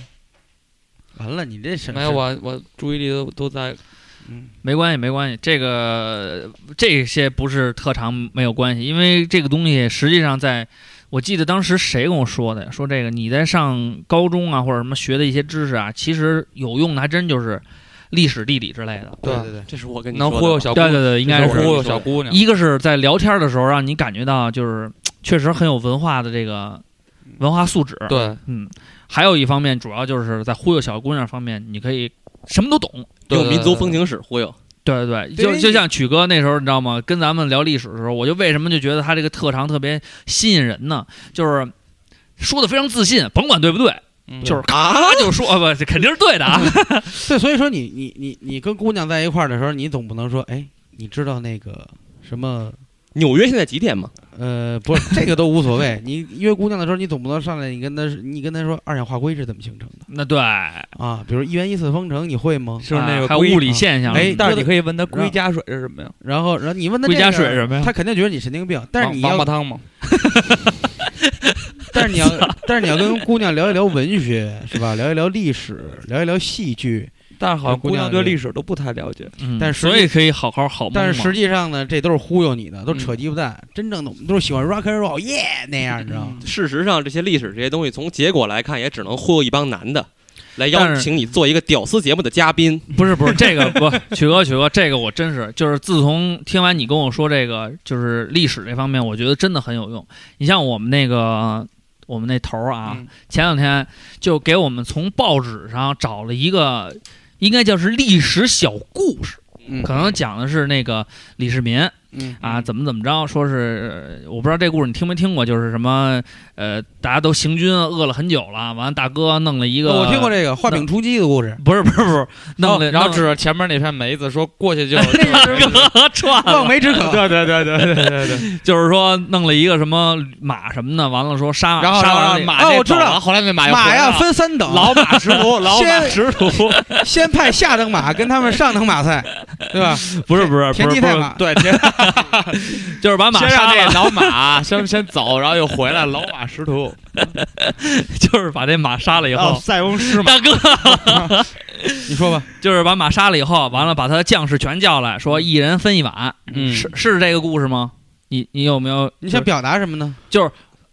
E: 完了，你这什么？
D: 没有，我我注意力都都在
E: 嗯
C: 没关系，没关系，这个这些不是特长没有关系，因为这个东西实际上在，我记得当时谁跟我说的，说这个你在上高中啊或者什么学的一些知识啊，其实有用的还真就是历史、地理之类的。
E: 对
D: 对
E: 对对，
F: 这是我跟你
D: 能
F: 说
D: 忽悠
F: 的
D: 小姑
C: 对
D: 娘，
C: 对对，应该
D: 能
C: 是
D: 忽悠小姑娘。
C: 一个是在聊天的时候让你感觉到就是确实很有文化的这个文化素质，
D: 嗯对
C: 嗯，还有一方面主要就是在忽悠小姑娘方面，你可以什么都懂，
D: 对
F: 用民族风情史忽悠，
C: 对对对，
E: 对
C: 就就像曲哥那时候，你知道吗？跟咱们聊历史的时候，我就为什么就觉得他这个特长特别吸引人呢？就是说的非常自信，甭管对不对，
D: 嗯
C: 就是咔就说，啊、不，这肯定是对的 啊。
E: 对，所以说你你你你跟姑娘在一块儿的时候，你总不能说，哎，你知道那个什么？
F: 纽约现在几点嘛？
E: 呃，不是这个都无所谓。你约姑娘的时候，你总不能上来你跟她你跟她说二氧化硅是怎么形成的
C: 那对，啊
E: 啊？比如一元一次方程，你会吗？啊
D: 就是那个
C: 还有
D: 龟
C: 物理现象，
E: 哎
D: 但是
E: 你
D: 你可以问他龟
E: 让
D: 加水是什么呀？
E: 然后然后你问她
C: 归
E: 这
C: 家
E: 个
C: 水什么呀？
E: 她肯定觉得你神经病。但是
D: 王
E: 你
D: 王八
E: 要，
D: 汤嘛，
E: 但是你要，但是你要跟姑娘聊一聊文学，是吧？聊一聊历史，聊一聊戏剧。
D: 但是好像
E: 姑
D: 姑娘
E: 娘
D: 对
E: 这
D: 历史都不太了解。
C: 嗯
E: 但是
C: 所以可以好好好蒙
E: 但是
C: 嘛
E: 实际上呢，这都是忽悠你的，都
D: 嗯
E: 扯鸡巴蛋。真正的我们都是喜欢 rock and roll 耶、那样，你知道吗？
F: 事实上，这些历史这些东西，从结果来看，也只能忽悠一帮男的，来邀
C: 但是
F: 请你做一个屌丝节目的嘉宾。
C: 不是不是这个不， 曲哥曲哥，这个我真是就是自从听完你跟我说这个就是历史这方面，我觉得真的很有用。你像我们那个我们那头儿啊，
D: 嗯
C: 前两天就给我们从报纸上找了一个，应该叫是历史小故事，
E: 嗯
C: 可能讲的是那个李世民
E: 嗯
C: 啊怎么怎么着，说是呃我不知道这故事你听没听过，就是什么呃大家都行军饿了很久了，完了大哥弄了一个，
E: 哦我听过这哦个画饼充饥的故事，
C: 不是不是不是，弄了、
D: 哦然后
C: 弄
D: 指着前面那片梅子说过 去就
C: 了串了
E: 望梅止 渴。
G: 对对对对对对对，
C: 就是说弄了一个什么马什么的，完了说杀
G: 然后
C: 杀
G: 然
C: 完
G: 后
C: 了
G: 马
E: 哦
G: 那
E: 我知
G: 走
E: 道
G: 了后来那马又
E: 马
G: 回
E: 呀
G: 来了
E: 分三 等，
G: 老马识 途，老马
E: 先
G: 识途，
E: 先派下等马跟他们上等 马赛，对吧？
C: 不是不是
E: 田
C: 不是
E: 忌太
C: 不是，
E: 马，
G: 对， 先
C: 就是把马
G: 先
C: 杀
G: 让那
C: 了，
G: 老马先先走，然后又回来，老马识途，
D: 哦
C: 就是把这马杀了以
G: 然后
C: 后，
G: 塞翁失马，
C: 大哥
E: 你说吧，
C: 就是把马杀了以后，完了把他的将士全叫来说，一人分一碗，
D: 嗯
C: 是是这个故事吗？你你有没有？
E: 你想表达什么
C: 啊
E: 呢？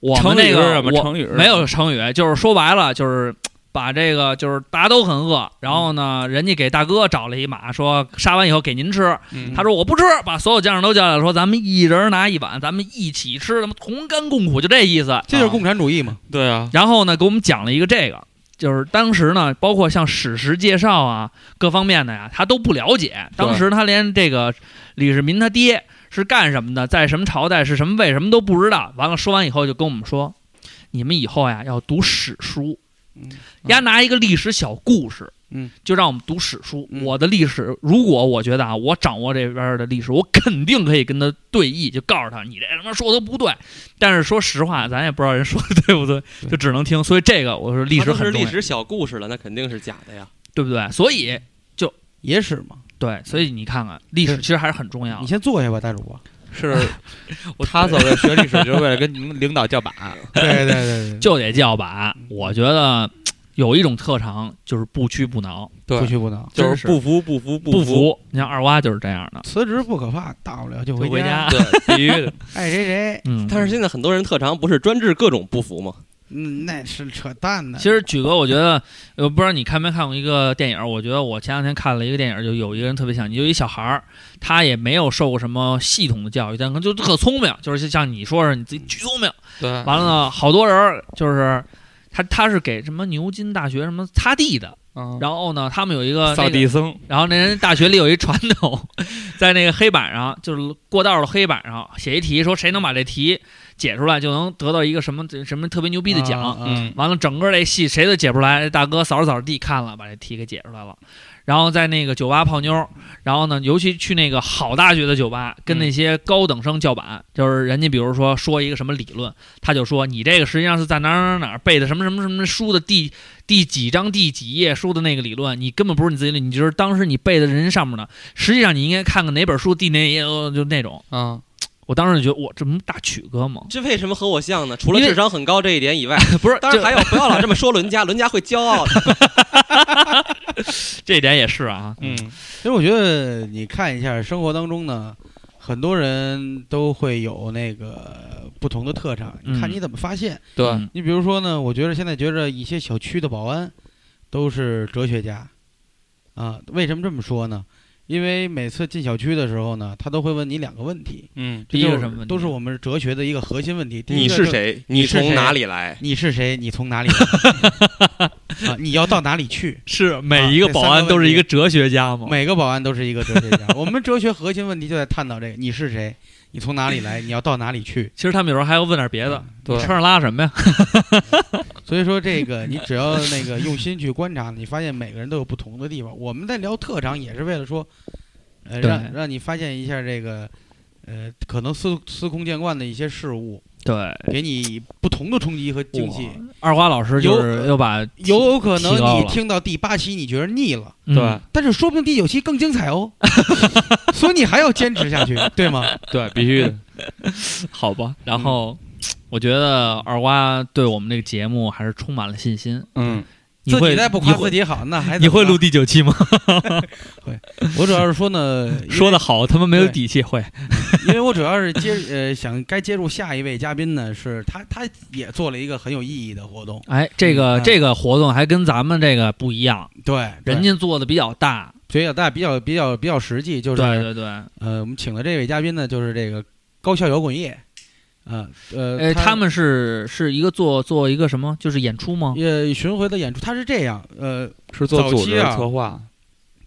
C: 我
D: 成
C: 们
D: 语
C: 那
D: 是
C: 个
D: 什么？
C: 我
D: 成语是
C: 没
D: 什
C: 有
D: 么
C: 成语，就是说白了就是。把这个就是大家都很饿，然后呢，人家给大哥找了一马，说杀完以后给您吃，
D: 嗯
C: 他说我不吃，把所有将士都叫来了，说咱们一人拿一碗，咱们一起吃，咱们同甘共苦，就这意思。
E: 这就是共产主义嘛。
D: 对啊，
C: 然后呢，给我们讲了一个这个，就是当时呢，包括像史实介绍啊，各方面的呀，他都不了解。当时他连这个李世民他爹是干什么的，在什么朝代是什么位什么都不知道。完了说完以后，就跟我们说，你们以后呀要读史书，
F: 嗯
C: 丫拿一个历史小故事。
E: 嗯，
C: 就让我们读史书。
E: 嗯
C: 我的历史，如果我觉得啊，我掌握这边的历史，我肯定可以跟他对弈，就告诉他你这他妈说的不对。但是说实话，咱也不知道人说的对不对，就只能听。所以这个我说历史
F: 他都
C: 很
F: 是
C: 重要
F: 历，史小故事了，那肯定是假的呀。
C: 对不对？所以
E: 野史嘛，
C: 对，所以你看看历史其实还是很重要
E: 你
C: 的。
E: 先坐下吧，大主 播。
D: 是
C: 我
D: 他走这学历史就是为了跟你们领导 叫板。
E: 对对对对，
C: 就得叫板。我觉得有一种特长就是不屈不挠，
E: 不
D: 对，
E: 屈不挠，
C: 真
F: 就是是不服不服
C: 不
F: 服，
C: 服。你像二瓜就是这样的，
E: 辞职不可怕，大不了就
C: 就回家。
E: 家。
D: 对，必须的。
E: 爱谁谁，
C: 嗯，
F: 但是现在很多人特长不是专治各种不服吗？
E: 嗯，那是扯淡呢。
C: 其实举哥，我觉得，呃，不知道你看没看过一个电影？我觉得我前两天看了一个电影，就有一个人特别像你，就一小孩儿，他也没有受过什么系统的教育，但可能就特聪明，就是像你说的，你自己巨聪明。
D: 对，
C: 完了呢，好多人儿就是他，他是给什么牛津大学什么擦地的，
D: 嗯
C: 然后呢，他们有一个、那个、
D: 扫地僧，
C: 然后那人大学里有一传统，在那个黑板上，就是过道的黑板上写一题，说谁能把这题解出来，就能得到一个什么什么特别牛逼的奖。
E: 啊，
D: 嗯，
C: 完了，整个这戏谁都解不出来，大哥扫着扫着地看了，把这题给解出来了。然后在那个酒吧泡妞，然后呢，尤其去那个好大学的酒吧，跟那些高等生叫板，就是人家比如说说一个什么理论，他就说你这个实际上是在哪儿哪儿哪儿背的什么什么什么书的第第几章第几页书的那个理论，你根本不是你自己的，你哦
E: 嗯
C: 就是当时你背的人家上面的，实际上你应该看看哪本书第哪页，呃就那种。
D: 啊，
C: 我当时就觉得，哇，这不是大曲哥 吗？
F: 这为什么和我像呢？除了
C: 因为
F: 智商很高这一点以外，
C: 不是，
F: 当然
C: 这
F: 还有不要老这么说伦家， 伦家会骄傲的。
C: 这一点也是啊，
D: 嗯，
E: 其实我觉得你看一下生活当中呢，很多人都会有那个不同的特长，
C: 嗯
E: 看你怎么发现。
D: 对，
C: 嗯
E: 你比如说呢，我觉得现在觉着一些小区的保安都是哲学家，啊，为什么这么说呢？因为每次进小区的时候呢，他都会问你两个问题，
D: 嗯，
C: 第一
E: 这就
C: 个
E: 是
C: 什么问题
E: 都是我们哲学的一个核心问题。第一
F: 你
E: 个
F: 是
E: 就？
F: 谁？
E: 你
F: 你
E: 是
F: 从
E: 谁
F: 哪里来？
E: 你是谁？你从哪里来？ 啊，你要到哪里去？
C: 是
E: 啊
C: 每一个
E: 这
C: 保
E: 三个
C: 安
E: 问
C: 都是一
E: 题
C: 个哲学家吗？
E: 每个保安都是一个哲学家。 我们哲学核心问题就在探讨这个：你是谁？你从哪里来？你要到哪里去？
C: 其实他们有时候还要问点别
E: 嗯
C: 的，
D: 对嗯
C: 你车上拉什 么呀？
E: 所以说，这个你只要那个用心去观察，你发现每个人都有不同的地方。我们在聊特长，也是为了说，呃，
C: 对
E: 让让你发现一下这个，呃，可能司司空见惯的一些事物，
C: 对，
E: 给你不同的冲击和惊喜。
C: 二瓜老师就
E: 有
C: 是又把
E: 有可能
C: 提高
E: 你
C: 了
E: 听到第八期，你觉得腻了。
C: 嗯
D: 对
E: 但是说不定第九期更精彩哦， 所以你还要坚持下去，对吗？
D: 对，必须的，
C: 好吧，
E: 嗯
C: 然后。我觉得二瓜对我们这个节目还是充满了信心。
D: 嗯，
C: 你
E: 自
C: 会
E: 己再不
C: 你
E: 夸
C: 会
E: 自己好，那还
C: 你会
E: 哎怎么
C: 录第九期吗？
E: 办？我主要是说 呢，因为
C: 说的，好，他们没有
E: 对嗯
C: 底气会。
E: 因为我主要是接呃想该接触下一位嘉宾呢，是他他也做了一个很有意义的活动，
C: 哎，这个、
E: 嗯
C: 这个活动还跟咱们这个不一样，
E: 对，对
C: 人家做的比较大。
E: 比较大，比较比较比较实际，就是
C: 对对对，
E: 呃我们请的这位嘉宾呢，就是这个高校摇滚乐，啊呃
C: 哎，他们是是一个做做一个什么，就是演出吗？
E: 也呃巡回的演出，他是这样，呃，
D: 是做
E: 早
D: 组
E: 期
D: 织
E: 啊
D: 策划，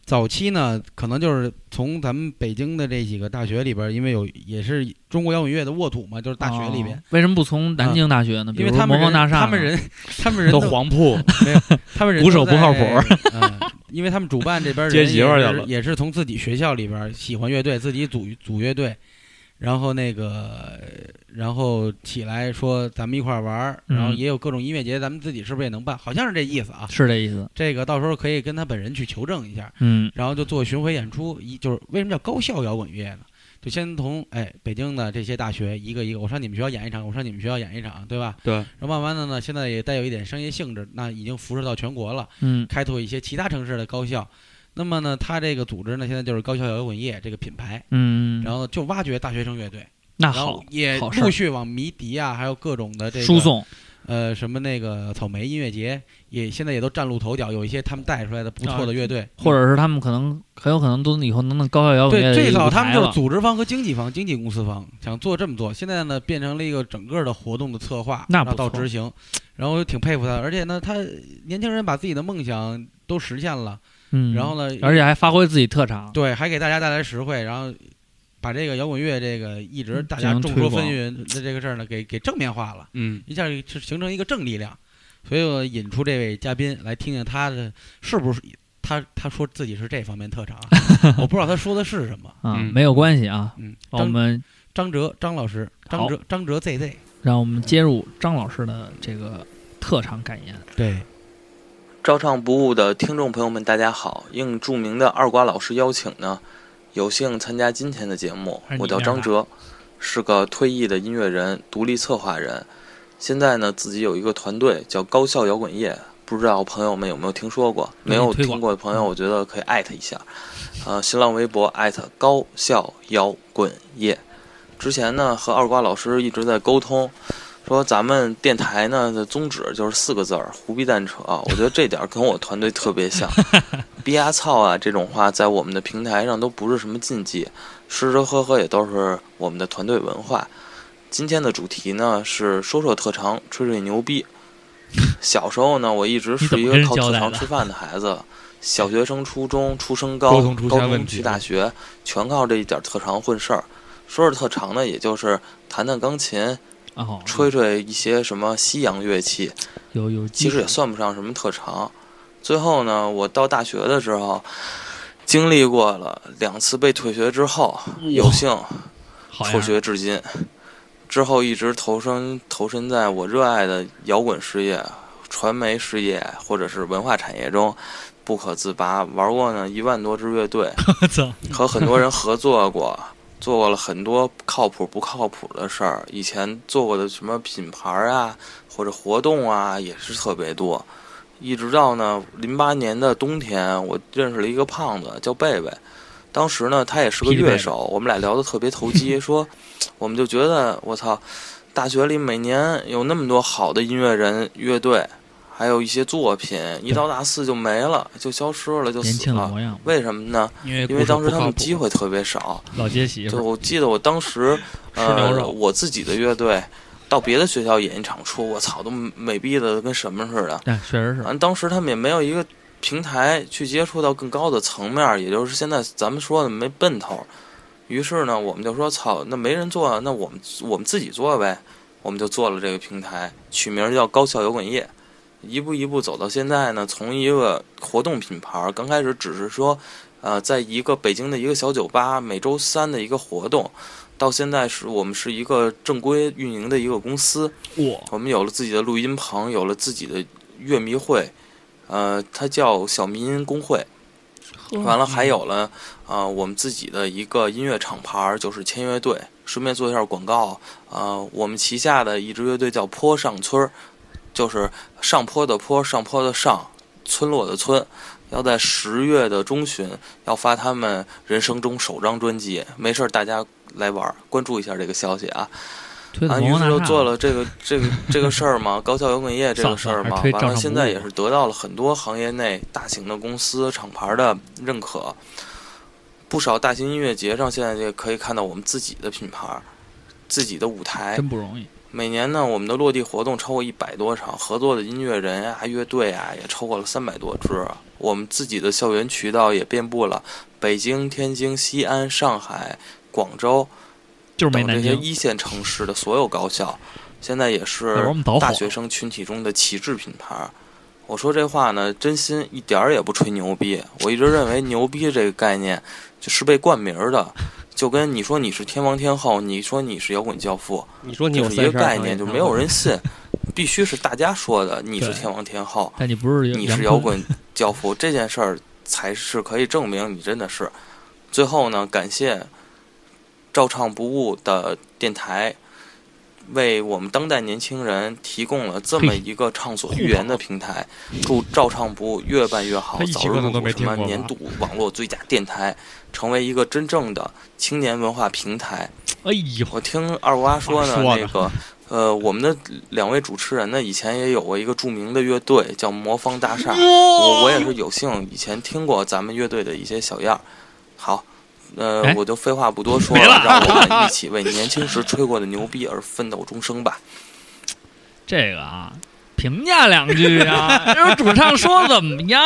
E: 早期呢，可能就是从咱们北京的这几个大学里边儿，因为有也是中国摇滚乐的沃土嘛，就是大学里边，嗯
C: 哦为什么不从南京大学呢？比
E: 因为
C: 如
E: 他们
C: 魔
E: 人
C: 方大厦呢，
E: 他们人他们人
D: 都
E: 都
D: 黄铺，嗯
E: 没有，他们人
D: 无手
E: 都在
D: 不靠谱。
E: 嗯，因为他们主办这 边儿
D: 接
E: 人
D: 媳妇儿
E: 也
D: 去
E: 是
D: 了
E: 也是从自己学校里边儿喜欢乐队，自己组组乐队，然后那个然后起来说咱们一块儿玩儿，然后
C: 嗯
E: 也有各种音乐节，咱们自己是不是也能办？好像是这意思啊。
C: 是这意思。
E: 这个到时候可以跟他本人去求证一下。
C: 嗯，
E: 然后就做巡回演出，一就是为什么叫高校摇滚乐呢？就先从哎北京的这些大学一个一个，我上你们学校演一场，我上你们学校演一场，对吧？
D: 对
E: 然后慢慢的呢，现在也带有一点商业性质，那已经辐射到全国了，
C: 嗯
E: 开拓一些其他城市的高校。那么呢，他这个组织呢，现在就是高校摇滚乐这个品牌，
C: 嗯，
E: 然后就挖掘大学生乐队，
C: 那
E: 然
C: 好
E: 后，也
C: 好事儿
E: 陆续往迷笛啊，还有各种的这个
C: 输送
E: 呃，什么那个草莓音乐节，也现在也都崭露头角，有一些他们带出来的不错的乐队，
C: 或者是他们可能很有可能都以后能弄高校摇滚乐
E: 对，
C: 的一
E: 最
C: 个
E: 早
C: 舞
E: 他们
C: 台
E: 就是
C: 了。
E: 组织方和经纪方、经纪公司方想做这么做，现在呢变成了一个整个的活动的策划，
C: 那
E: 然
C: 不
E: 后到
C: 错
E: 执行，然后我就挺佩服他的，而且呢，他年轻人把自己的梦想都实现了，
C: 嗯，
E: 然后呢，
C: 而且还发挥自己特长。
E: 对还给大家带来实惠，然后把这个摇滚乐这个一直大
C: 进
E: 家
C: 行
E: 众
C: 推
E: 说
C: 广
E: 纷纭的这个事儿呢，给给正面化了，
D: 嗯，
E: 一下就形成一个正力量，所以我引出这位嘉宾来听听他的是不是他他说自己是这方面特 长啊，我不知道他说的是什么。
C: 啊，
D: 嗯
C: 没有关系啊，
E: 嗯，
C: 让我
E: 张
C: 们
E: 张哲张老师，张
C: 好
E: 哲张哲 ZZ，
C: 让我们接入张老师的这个特长感言。
E: 对，
J: 照唱不误的听众朋友们，大家好！应著名的二瓜老师邀请呢，有幸参加今天的节目
D: 哎
C: 还是。你
J: 我叫张 哲，是个退役的音乐人、独立策划人。现在呢，自己有一个团队叫高校摇滚夜，不知道朋友们有没有听说过？
C: 对
F: 嗯
J: 没有
C: 推广
J: 听过的朋友，我觉得可以艾特一下。呃，新浪微博艾特高校摇滚夜。之前呢，和二瓜老师一直在沟通，说咱们电台呢的宗旨就是四个字儿：胡逼蛋扯。啊我觉得这点儿跟我团队特别 像，逼啊操啊这种话在我们的平台上都不是什么禁忌，吃吃喝喝也都是我们的团队文化。今天的主题呢是说说特长，吹吹牛逼。小时候呢，我一直是一个
C: 你怎么跟人
J: 靠
C: 交
J: 特
C: 代
J: 长
C: 的
J: 吃饭的孩子，小学升初中，初升高，
D: 沟通出
J: 高
D: 现问
J: 中
D: 题
J: 去大学，全靠这一点特长混事儿。说是特长呢，也就是弹弹钢琴，
C: 哦，
J: 吹吹一些什么西洋乐器，
C: 有有技
J: 其
C: 术，
J: 实也算不上什么特长。最后呢，我到大学的时候，经历过了两次被退学之后，有幸
C: 好
J: 辍
C: 呀，
J: 学至今，之后一直投身投身在我热爱的摇滚事业、传媒事业或者是文化产业中， 不可自拔。玩过呢一万多支乐队，
C: 我操，
J: 和很多人合作过，做过了很多靠谱不靠谱的事儿，以前做过的什么品牌啊或者活动啊也是特别多，一直到呢零八年的冬天，我认识了一个胖子叫贝贝，当时呢他也是个
C: 皮贝贝
J: 乐手，我们俩聊得特别投 机，说我们就觉得我操，大学里每年有那么多好的音乐人乐队。还有一些作品，一到大四就没了，就消失了，就
C: 年
J: 死
C: 轻的
J: 了。
C: 模样，
J: 为什么呢？
D: 因为
J: 因为当时他们
D: 机
J: 机会特别少。
C: 老接媳
J: 就
C: 妇儿，
J: 我记得我当时，
D: 牛
J: 呃，
D: 肉
J: 我自己的乐队到别的学校演一场出，我操，都美逼的跟什么似的。
C: 哎，确实是
J: 反正啊当时他们也没有一个平台去接触到更高的层面，也就是现在咱们说的没奔头。于是呢，我们就说操，那没人做，那我们我们自己做呗。我们就做了这个平台，取名叫高校摇滚夜。一步一步走到现在呢，从一个活动品牌，刚开始只是说，呃，在一个北京的一个小酒吧每周三的一个活动，到现在是我们是一个正规运营的一个公司，
C: 我
J: 我们有了自己的录音棚，有了自己的乐迷会，呃，它叫小民音工会。完了，还有了，呃，我们自己的一个音乐厂牌儿就是签乐队。顺便做一下广告，呃，我们旗下的一支乐队叫坡上村儿，就是上坡的坡，上坡的上，村落的村。要在十月的中旬要发他们人生中首张专辑，没事儿大家来玩儿，关注一下这个消息啊。
C: 推
J: 啊，
C: 的
J: 于
C: 摩
J: 是
C: 纳
J: 就
C: 纳
J: 做了这个这个这个事儿 嘛，高校摇滚夜这
C: 上
J: 个事儿
C: 上
J: 嘛
C: 还，推
J: 完
C: 照
J: 了
C: 上
J: 现
C: 不
J: 在
C: 误
J: 也是得到了很多行业内大型的公司厂牌的认可，不少大型音乐节上现在就可以看到我们自己的品牌，自己的舞台。
C: 真不容易，
J: 每年呢，我们的落地活动超过一百多场，合作的音乐人啊、乐队啊也超过了三百多支。我们自己的校园渠道也遍布了北京、天津、西安、上海、广州
C: 就是没
J: 等这
C: 南
J: 些
C: 京。
J: 一线城市的所有高校，现在也
C: 那会儿我
J: 是
C: 们导火
J: 大学生群体中的旗帜品牌。我说这话呢，真心一点儿也不吹牛逼。我一直认为牛逼这个概念就是被冠名儿的，就跟你说你是天王天后，你说你是摇滚教父，
F: 你说你
J: 就
F: 有
J: 是一个
F: 三十二啊
J: 概
F: 场
J: 念，就
F: 演唱
J: 没有
F: 会
J: 人信，必须是大家说的，你是
C: 对
J: 天王天后，
C: 但你不是
J: 你
C: 杨
J: 是
C: 坤
J: 摇，滚教父这件事儿，才是可以证明你真的是。最后呢，感谢照唱不误的电台，为我们当代年轻人提供了这么
C: 嘿
J: 一个畅所欲言的平台。祝照唱不误越办越好
G: 他，一期
J: 早日
G: 可能都
J: 入
G: 没
J: 什
G: 听
J: 么
G: 过吧
J: 年度网络最佳电台，成为一个真正的青年文化平台。
C: 哎呦，
J: 我听二瓜说呢，
G: 啊说的
J: 那个呃，我们的两位主持人呢，以前也有过一个著名的乐队叫魔方大厦，我我也是有幸以前听过咱们乐队的一些小样儿。好，呃
C: 哎，
J: 我就废话不多说
C: 没了
J: 让我们一起为年轻时吹过的牛逼而奋斗终生吧。
C: 这个啊，评价两句 啊，这主唱说怎么样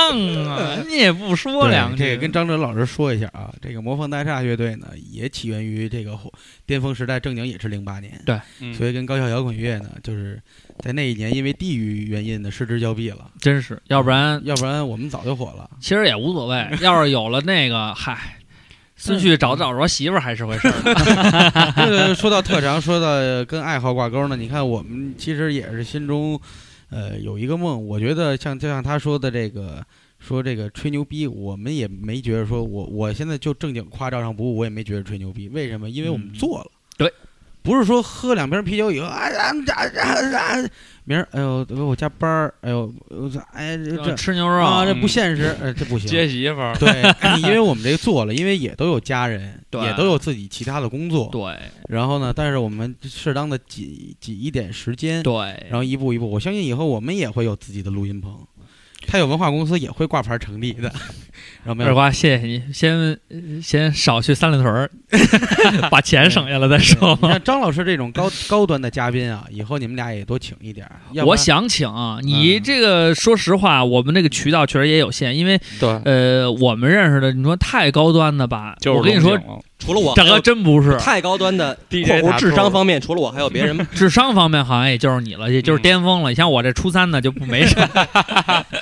C: 啊，你也不说
E: 对
C: 两句，
E: 这个跟张哲老师说一下啊，这个魔方大厦乐队呢，也起源于这个火巅峰时代，正经也是零八年，
D: 嗯
E: 所以跟高校摇滚乐呢，就是在那一年因为地域原因呢失之交臂了，
C: 真是，要不然
E: 要不然我们早就火了。
C: 其实也无所 谓。要是有了那个，嗨，孙旭找找着媳妇儿还是回 事儿。
E: 这个说到特长，说到跟爱好挂钩呢，你看我们其实也是心中，呃，有一个梦。我觉得像就像他说的这个，说这个吹牛逼，我们也没觉得说我我现在就正经夸照上不误，我也没觉得吹牛逼。为什么？因为我们
C: 嗯
E: 做了。
C: 对。
E: 不是说喝两瓶啤酒以后啊啊啊啊啊！明儿哎呦，我加班儿，哎呦，我操哎这这
C: 吃牛肉，
E: 啊这
D: 嗯
E: 不现实，呃这不行。
D: 接媳妇儿，
E: 对，因为我们这做了，因为也都有家人，
C: 对
E: 也都有自己其他的工作，
C: 对
E: 然后呢，但是我们适当的挤挤一点时间，
C: 对
E: 然，后一步一步，我相信以后我们也会有自己的录音棚，他有文化公司也会挂牌成立的。 然后没
C: 二
E: 有，
C: 瓜，谢谢你，先先少去三里屯 儿，把钱省下来再说。
E: 你看张老师这种高高端的嘉宾啊，以后你们俩也多请一点儿。要不
C: 我
E: 然，
C: 想请啊你
E: 嗯
C: 这个，说实话，我们这个渠道确实也有限，因为
D: 对，
C: 呃，我们认识的，你说太高端的吧，
D: 就是
C: 我跟你
D: 龙
C: 说，
D: 井了
F: 除了我，
C: 大哥真不是，嗯
F: 太高端的（
G: DJ
F: 括
G: 大
F: 弧智商
G: 叔
F: 方面，除了我还有别 人吗？
C: 智商方面好像也就是你了，也就是
D: 嗯
C: 巅峰了。你像我这初三的就不没 什么，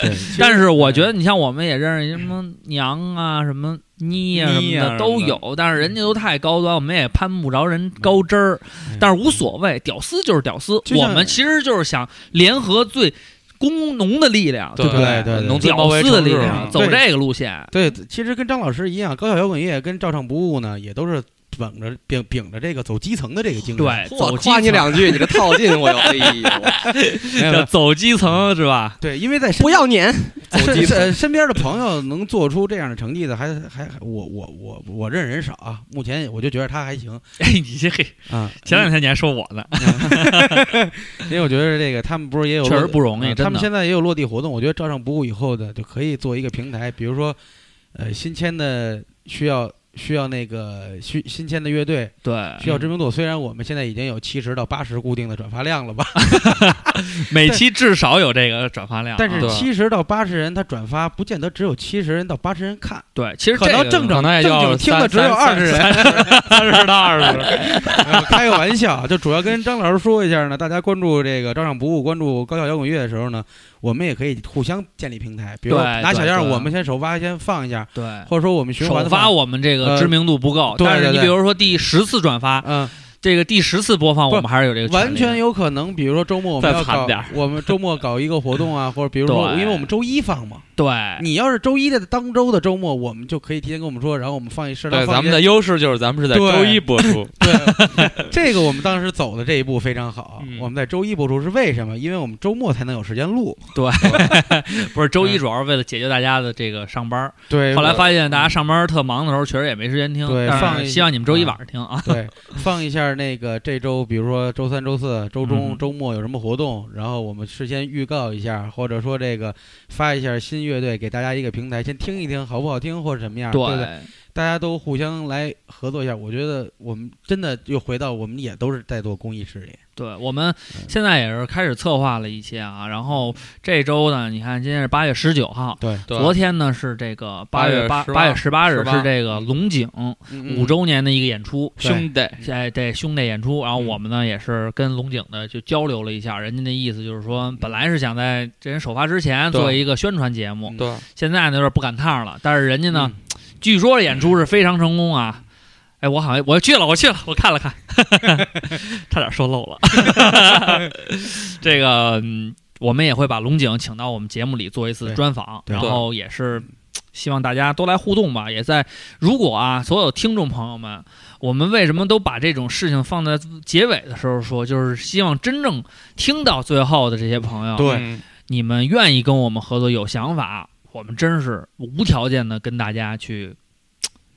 E: 对其实
C: 但是我觉得你像我们也认识什么娘啊、什么妮啊什
D: 妮
C: 么
D: 啊什
C: 的
D: 么的
C: 都有，但是人家都太高端，我们也攀不着人高枝儿。
D: 嗯
C: 但是无所谓，屌丝就是屌丝。
E: 就
C: 我
E: 像
C: 们其实就是想联合最工农的力量，
E: 对
C: 不对？
E: 对对对
D: 农村包
C: 屌
D: 围
C: 丝的
D: 城
C: 力
D: 市
C: 量，
D: 嘛，
C: 走
E: 对
C: 这个路线。
E: 对，其实跟张老师一样，高校摇滚乐跟照唱不误呢，也都是秉着秉秉着这个走基层的这个精神，
C: 对，
F: 我
C: 走基
F: 夸你
C: 层
F: 两句，你这套近 我有，哎呦，
E: 没有嗯没
C: 叫
E: 有
C: 走基层是吧？
E: 对，因为在身
F: 不要脸，走
E: 身
F: 基层
E: 身身边的朋友能做出这样的成绩的，还还还我我我我认识人少啊。目前我就觉得他还行
C: 哎，你这嘿，
E: 啊，
C: 前两天你还说我呢，
E: 因为我觉得这个他们不是也有
C: 确实
E: 落地
C: 不容易
E: 啊
C: 真的
E: 他们现在也有落地活动，我觉得照上不误以后的就可以做一个平台，比如说，呃，新签的需要需要那个需新签的乐队
C: 对，
E: 需要知名度，虽然我们现在已经有七十到八十固定的转发量了吧，
C: 嗯每期至少有这个转发量啊，
E: 但是
C: 对
E: 七十到八十人他转发不见得只有七十人到八十人看，
C: 对，其实
E: 可能
C: 这个
E: 正
G: 可能也就
E: 正经听的只有
G: 哎三
E: 20人，
G: 三十到二 十。
E: 我呃开个玩笑，啊就主要跟张老师说一下呢，大家关注这个照唱不误，关注高校摇滚乐的时候呢，我们也可以互相建立平台，比如说
C: 对
E: 拿小
C: 对
E: 样，
C: 对
E: 我们先首发先放一下，
G: 哎
C: 对。
E: 或者说我们循环
C: 首
E: 地
C: 发
E: 放，
C: 我们这个
E: 呃
C: 知名度不够，
E: 对
C: 但是
E: 对
C: 你
E: 对
C: 比如说第十次转发，
E: 嗯，
C: 这个第十次播放，
E: 不
C: 我们还是有这个权利
E: 完
C: 的
E: 全有可能，比如说周末我们
G: 再
E: 要
G: 惨
E: 搞
G: 点儿，
E: 我们周末搞一个活 动啊，或者比如说，
C: 对
E: 因为我们周一放嘛，
G: 哎
C: 对
E: 你要是周一的当周的周末，我们就可以提前跟我们说，然后我们放一适当
G: 对，
E: 放一
G: 咱们
E: 些
G: 的优势就是咱们是在
E: 对
G: 周一播 出，
E: 对，这个我们当时走的这一步非常好
G: 嗯。
E: 我们在周一播出是为什么？因为我们周末才能有时间录。
C: 不是周一
E: 嗯
C: 主要是为了解决大家的这个上班儿，
E: 对
C: 后来发现大家上班儿特忙的时候，确实也没时间听，
E: 对
C: 但是
E: 放一嗯
C: 希望你们周一晚上听啊。
E: 对，放一下那个这周，比如说周三、周四、周中、
C: 嗯
E: 周末有什么活动，然后我们事先预告一下，或者说这个发一下新乐队，给大家一个平台，先听一听好不好听，或者什么样，对不对，大家都互相来合作一下。我觉得我们真的又回到我们也都是在做公益事业，
C: 对，我们现在也是开始策划了一些啊，然后这周呢，你看今天是八月十九号。
E: 对，
G: 对
C: 昨天呢是这个八
G: 8
C: 月
G: 月
C: 八
G: 18
C: 八月十八嗯日
G: 18
C: 是这个龙井
D: 嗯
C: 五周年的一个演出，
G: 兄弟，
C: 哎对兄弟演出，然后我们呢也是跟龙井的就交流了一下，人家的意思就是说，本来是想在这人首发之前
G: 对
C: 做一个宣传节目，
G: 对，
C: 现在呢有点不赶趟了，但是人家呢
E: 嗯，
C: 据说演出是非常成功啊。哎，我好像我去了，我去了，我看 了看，差点说漏了。 这个、嗯我们也会把龙井请到我们节目里做一次
E: 对
C: 专访，
E: 对
C: 然后也是希望大家都来互动吧。也在如果啊，所有听众朋友们，我们为什么都把这种事情放在结尾的时候说，就是希望真正听到最后的这些朋友，
E: 对
G: 嗯
C: 你们愿意跟我们合作，有想法，我们真是无条件的跟大家去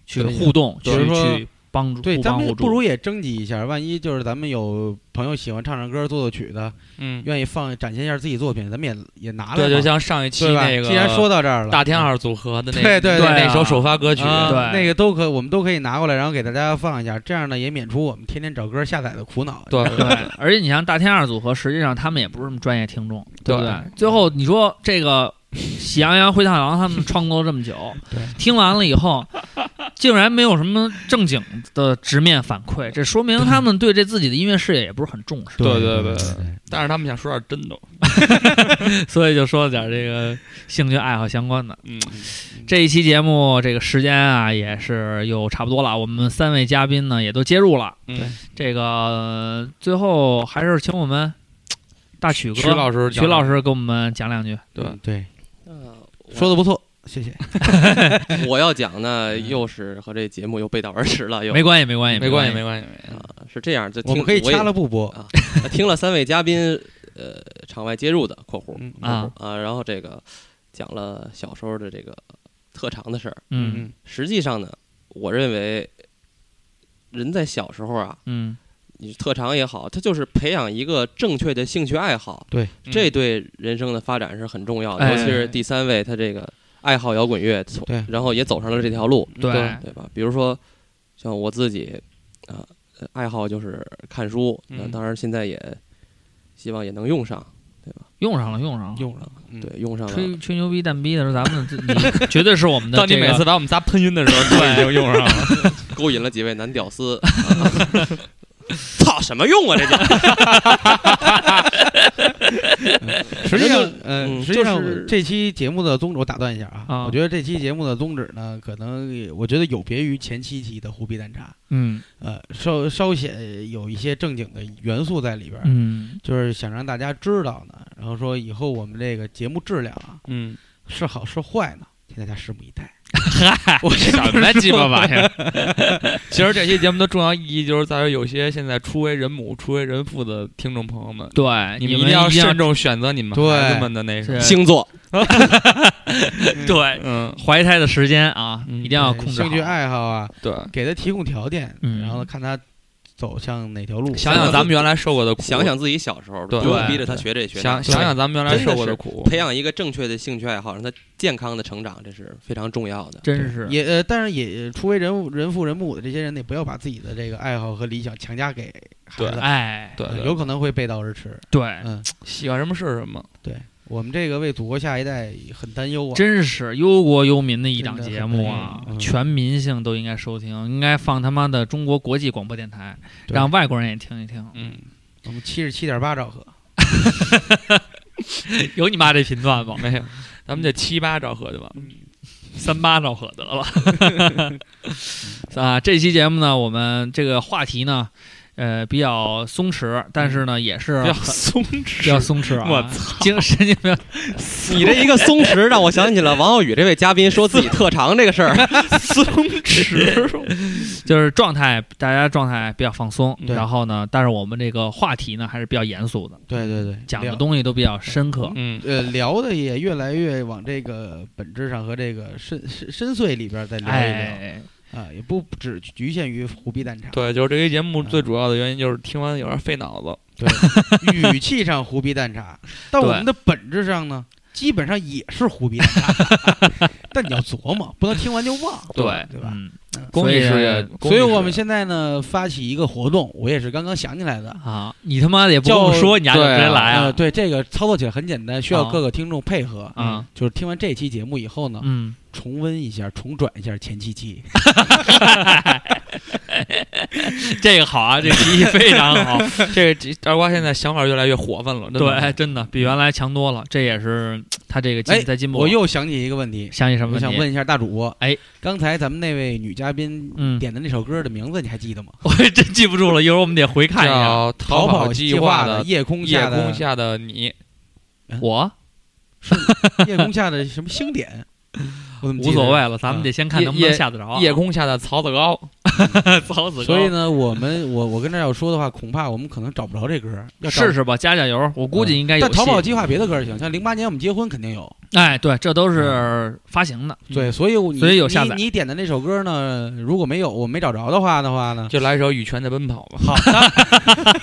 C: 去
E: 对
C: 互动，去
E: 就是说
C: 去帮助，
E: 对，
C: 互
E: 咱
C: 帮
E: 们
C: 互
E: 不
C: 助。
E: 如也征集一下，万一就是咱们有朋友喜欢唱唱歌、作作曲的，
G: 嗯，
E: 愿意放展现一下自己作品，咱们也也拿来
G: 对，
E: 嘛。
G: 就像上一期
E: 对吧？
G: 那个，
E: 既然说到这儿了，
G: 大天二组合的那
E: 对对
C: 对
G: 那
C: 啊
G: 首首发歌曲，
E: 啊
C: 对
E: 那个都可，我们都可以拿过来，然后给大家放一下，这样呢也免除我们天天找歌下载的苦恼。
G: 对
C: 对，而且你像大天二组合，实际上他们也不是什么专业听众，对不对？
G: 对
C: 最后你说这个喜羊羊、灰太狼他们创作了这么久，听完了以后，竟然没有什么正经的直面反馈，这说明他们对这自己的音乐事业也不是很重视，
G: 对对对对但是他们想说点真的，
C: 所以就说了点这个兴趣爱好相关的。
G: 嗯，
C: 这一期节目这个时间啊也是又差不多了，我们三位嘉宾呢也都接入了。
G: 嗯，
C: 这个呃最后还是请我们大曲哥、
G: 曲老师，
C: 曲老，师给我们讲两句。
G: 对
E: 嗯对，
F: 呃
E: 说的不错，谢谢。
F: 我要讲呢，又是和这节目又背道而驰了，又啊
C: 没关系，没关系，
G: 没关
C: 关
G: 系没
C: 系。
G: 关系，
F: 是这样，就听
E: 我们可以
F: 也
E: 掐了不播，
F: 呃 听了三位嘉宾呃场外接入的（括弧
E: 嗯）
C: 啊
F: 啊，然后这个讲了小时候的这个特长的事儿。
C: 嗯
F: 实际上呢，我认为人在小时候啊，
C: 嗯，
F: 你特长也好，它就是培养一个正确的兴趣爱好，
G: 嗯
F: 这对人生的发展是很重要的。
C: 哎
F: 尤其是第三位，他这个爱好摇滚乐，从
E: 对
F: 然后也走上了这条路，
D: 嗯
C: 对，
F: 对吧？比如说像我自己，啊、呃，爱好就是看书，那、
G: 嗯
F: 当然现在也希望也能用上，
C: 用上了，用上了。
E: 用上了。嗯
F: 对，用上了。
C: 吹吹牛逼、蛋逼的时候，咱们你 绝对是我们的
G: 当你
C: 这
G: 每
C: 个
G: 次把我们仨喷晕的时候，都已经用上 了。
F: 勾引了几位男屌丝。啊操，什么用啊？这叫
E: 实际上，
F: 嗯
E: 呃，实际上
F: 就是
E: 这期节目的宗旨，我打断一下
C: 啊
E: 啊，我觉得这期节目的宗旨呢，可能也我觉得有别于前七期的胡逼蛋茶，
C: 嗯
E: 呃，稍稍显有一些正经的元素在里边儿，
C: 嗯
E: 就是想让大家知道呢，然后说以后我们这个节目质量啊
G: 嗯，
E: 是好是坏呢，请大家拭目以待。
C: 嗨，
D: 我这
C: 什么鸡巴玩意儿？
D: 其实这期节目的重要意义就是在于，有些现在初为人母、初为人父的听众朋友们，
C: 对，
D: 你
C: 们
D: 们一定要慎重选择你们
E: 对
D: 孩子们的那什么。
C: 是
F: 星座
C: 对
D: 嗯，
C: 怀胎的时间啊，
D: 嗯
C: 一定要控制好
E: 兴趣。爱好啊，
D: 对。
E: 给他提供条件，
C: 嗯
E: 然后看他走向哪条路。
D: 想想咱们原来受过的苦，
F: 想想自己小时候，
D: 对
F: 不用
C: 对
F: 逼着他学这学那
D: 想想想咱们原来受过的苦，
F: 培养一个正确的兴趣爱好，让他健康的成长，这是非常重要的。
C: 真是
E: 也呃，但是也除非人物人父人母的这些人，得不要把自己的这个爱好和理想强加给孩
D: 对
E: 子，
C: 哎，
D: 对
E: 嗯
D: 对，
E: 有可能会背道而驰。
C: 对，
E: 嗯，
D: 喜欢什么是什么。
E: 我们这个为祖国下一代很担忧啊。
C: 真是忧国忧民的一档节目啊
E: 真的很担忧，嗯
C: 全民性都应该收听，应该放他妈的中国国际广播电台，
E: 对
C: 让外国人也听一听。
D: 嗯，
E: 我们七十七点八兆赫，
C: 有你妈这频段吗？
D: 没有，咱们这七八兆赫对吧？
C: 三八兆赫得了。 啊，这期节目呢，我们这个话题呢，呃，比较松弛，但是呢，也是
D: 比较
C: 很
D: 松
C: 比较
D: 弛，
C: 松弛啊。
D: 我
C: 操，精神经病，
F: 你这一个松弛，让我想起了王浩宇这位嘉宾说自己特长这个事儿。
D: 松弛。
C: 就是状态，大家状态比较放松。
E: 对
C: 然后呢，但是我们这个话题呢，还是比较严肃的，
E: 对对对，
C: 嗯讲的
E: 聊
C: 东西都比较深刻。
D: 嗯，
E: 呃聊的也越来越往这个本质上和这个深深深邃里边再聊一聊
C: 哎，
E: 啊，也不只局限于胡逼蛋茶，
D: 对，就是这期节目最主要的原因就是听完有点费脑子。
E: 语气上胡逼 蛋茶，但我们的本质上呢，基本上也是胡逼蛋茶， 但你要琢磨，不能听完就忘，
D: 对
E: 对吧？
C: 嗯，
D: 公益事业，公益
E: 所以我
D: 事业
E: 们现在呢发起一个活动，我也是刚刚想起来的。
C: 啊，你他妈的也不跟我
E: 叫
C: 说，你丫就
D: 对啊
C: 直接来
E: 呃
C: 啊？
E: 对这个操作起来很简单，需要
C: 啊
E: 各个听众配合。
C: 啊，
E: 就是听完这期节目以后呢，
C: 嗯，
E: 重温一下，重转一下前七期。
C: 这个好啊，这个提议非常 好。
D: 这个这二瓜现在想法越来越活泛了，真的
C: 对，，真的比原来强多了，这也是他这个
E: 哎
C: 进在进步。
E: 我又想起一个问题，
C: 嗯想起什么
E: 我
C: 问题？
E: 想问一下大主播，
C: 哎，
E: 刚才咱们那位女嘉宾
C: 嗯
E: 点的那首歌的名字你还记得吗？
C: 我真记不住了，一会儿我们得回看一下。
D: 叫逃
E: 跑
D: 计
E: 划
D: 的
E: 夜空
D: 夜
E: 下
D: 空
E: 的
D: 下的你，
C: 我
E: 夜空下的什么星 点？我怎么
C: 无所谓了，
E: 嗯
C: 咱们得先看
D: 夜
C: 能不能
D: 夜
C: 下得着啊。
D: 夜空下的曹子高，
C: 曹子高，
E: 所以呢，我们我我跟这儿要说的话，恐怕我们可能找不着这歌儿，要找嗯
C: 试试吧，加加油。我估计应该有
E: 但
C: 戏。
E: 逃跑计划别的歌儿行，像零八年我们结婚肯定有。
C: 哎，对，这都是发行的。
E: 对，所以我你
C: 嗯所以有下载
E: 你你点的那首歌呢，如果没有我没找着的话的 话呢，
D: 就来一首《羽泉的奔跑》吧。
E: 好的，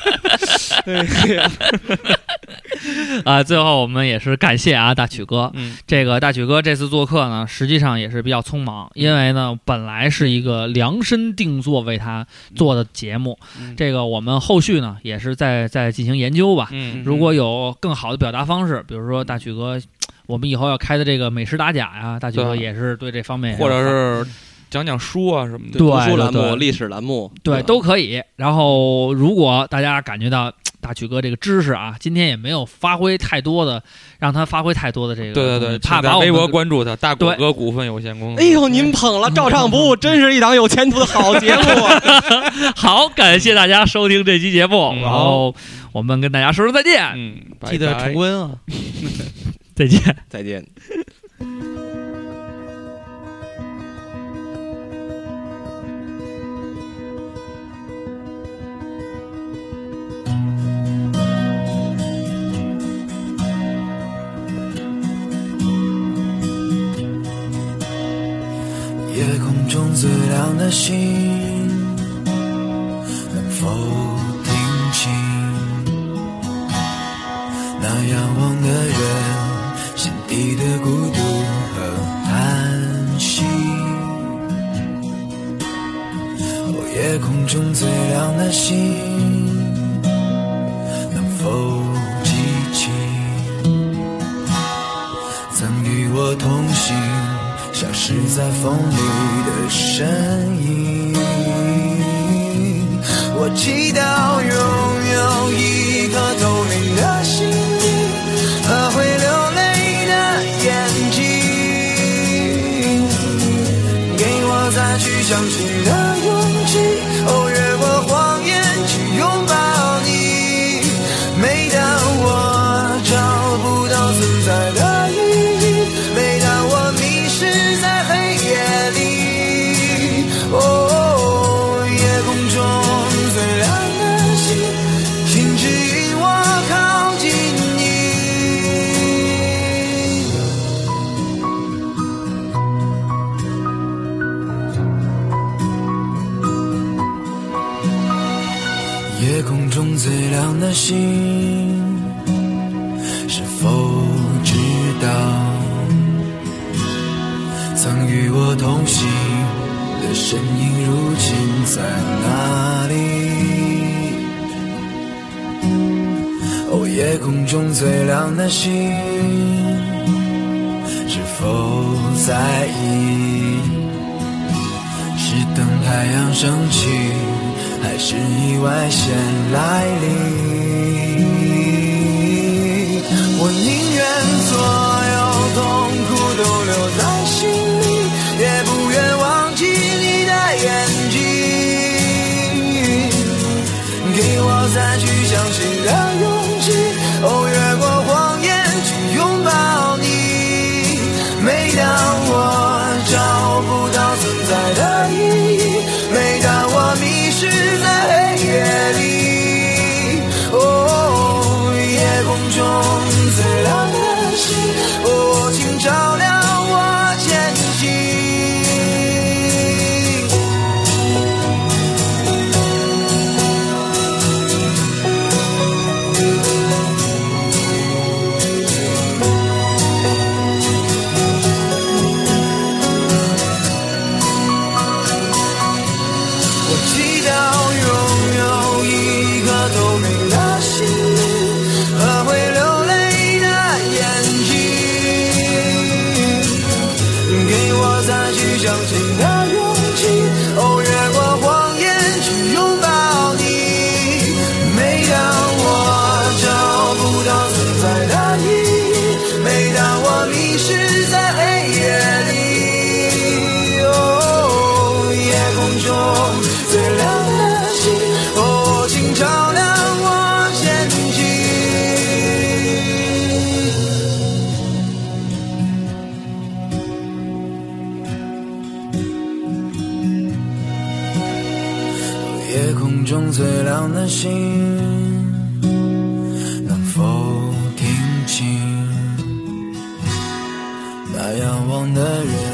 C: 啊，最后我们也是感谢啊，大曲哥。
D: 嗯，
C: 这个大曲哥这次做客呢，实际上也是比较匆忙，因为呢，本来是一个量身定做为他做的节目，
E: 嗯
C: 这个我们后续呢也是在在进行研究吧。
D: 嗯，
C: 如果有更好的表达方式，比如说大曲哥，我们以后要开的这个美食打假呀，大曲哥
D: 对
C: 也是对这方面，
D: 或者是讲讲书啊什么的。
C: 对
F: 读书栏
C: 对
F: 目、
C: 对
F: 历史栏目，
C: 对都可以。然后，如果大家感觉到大曲哥这个知识啊，今天也没有发挥太多的，让他发挥太多的这个东
D: 对
C: 西，
D: 对对，
C: 怕
D: 嗯请在
C: 把我们
D: 微博关注他，大谷
C: 对
D: 歌股份有限公司。
F: 哎呦，您捧了，照唱不误，真是一档有前途的好节目 啊。
C: 好，感谢大家收听这期节目，
D: 嗯
C: 然后我们跟大家说声再见，
D: 嗯，拜
E: 记得
D: 拜
E: 重温啊。
C: 再见。
F: 再见。
A: 夜空中最亮的星，能否听清？那仰望的人心底的孤独和叹息。哦，夜空中最亮的星，能否记起曾与我同行？消失在风里的身影。我祈祷拥有一颗透明的心灵
K: 呃
A: 和会流泪的眼睛，给我再去相信的勇气。哦，越过谎言去拥抱你。每当我找不到存在的意义，每当我迷失在黑夜哦
K: 夜空中最亮的星，是否知道曾与我同行的身影，如今在哪里？哦，夜空中最亮的星，是否在意？是等太阳升起，还是意外先来临？我宁愿所有痛苦都留在心里，也不愿忘记你的眼睛。给我再去相信的勇气，哦，越过谎言去拥抱你。每当我找不到存在的意义，每当我迷失在黑夜里，哦，夜空中最亮的星，哦，请照亮我前行。我祈祷拥有一颗透明的心灵和会流泪的眼睛，给我再去相信的勇气，哦，越过谎言去拥抱你。每当我找不到存在的意义，每当我迷失在黑夜里，哦，夜空中最亮的星，哦，请照亮我前进。夜空中最亮的星，能否听清？那仰望的人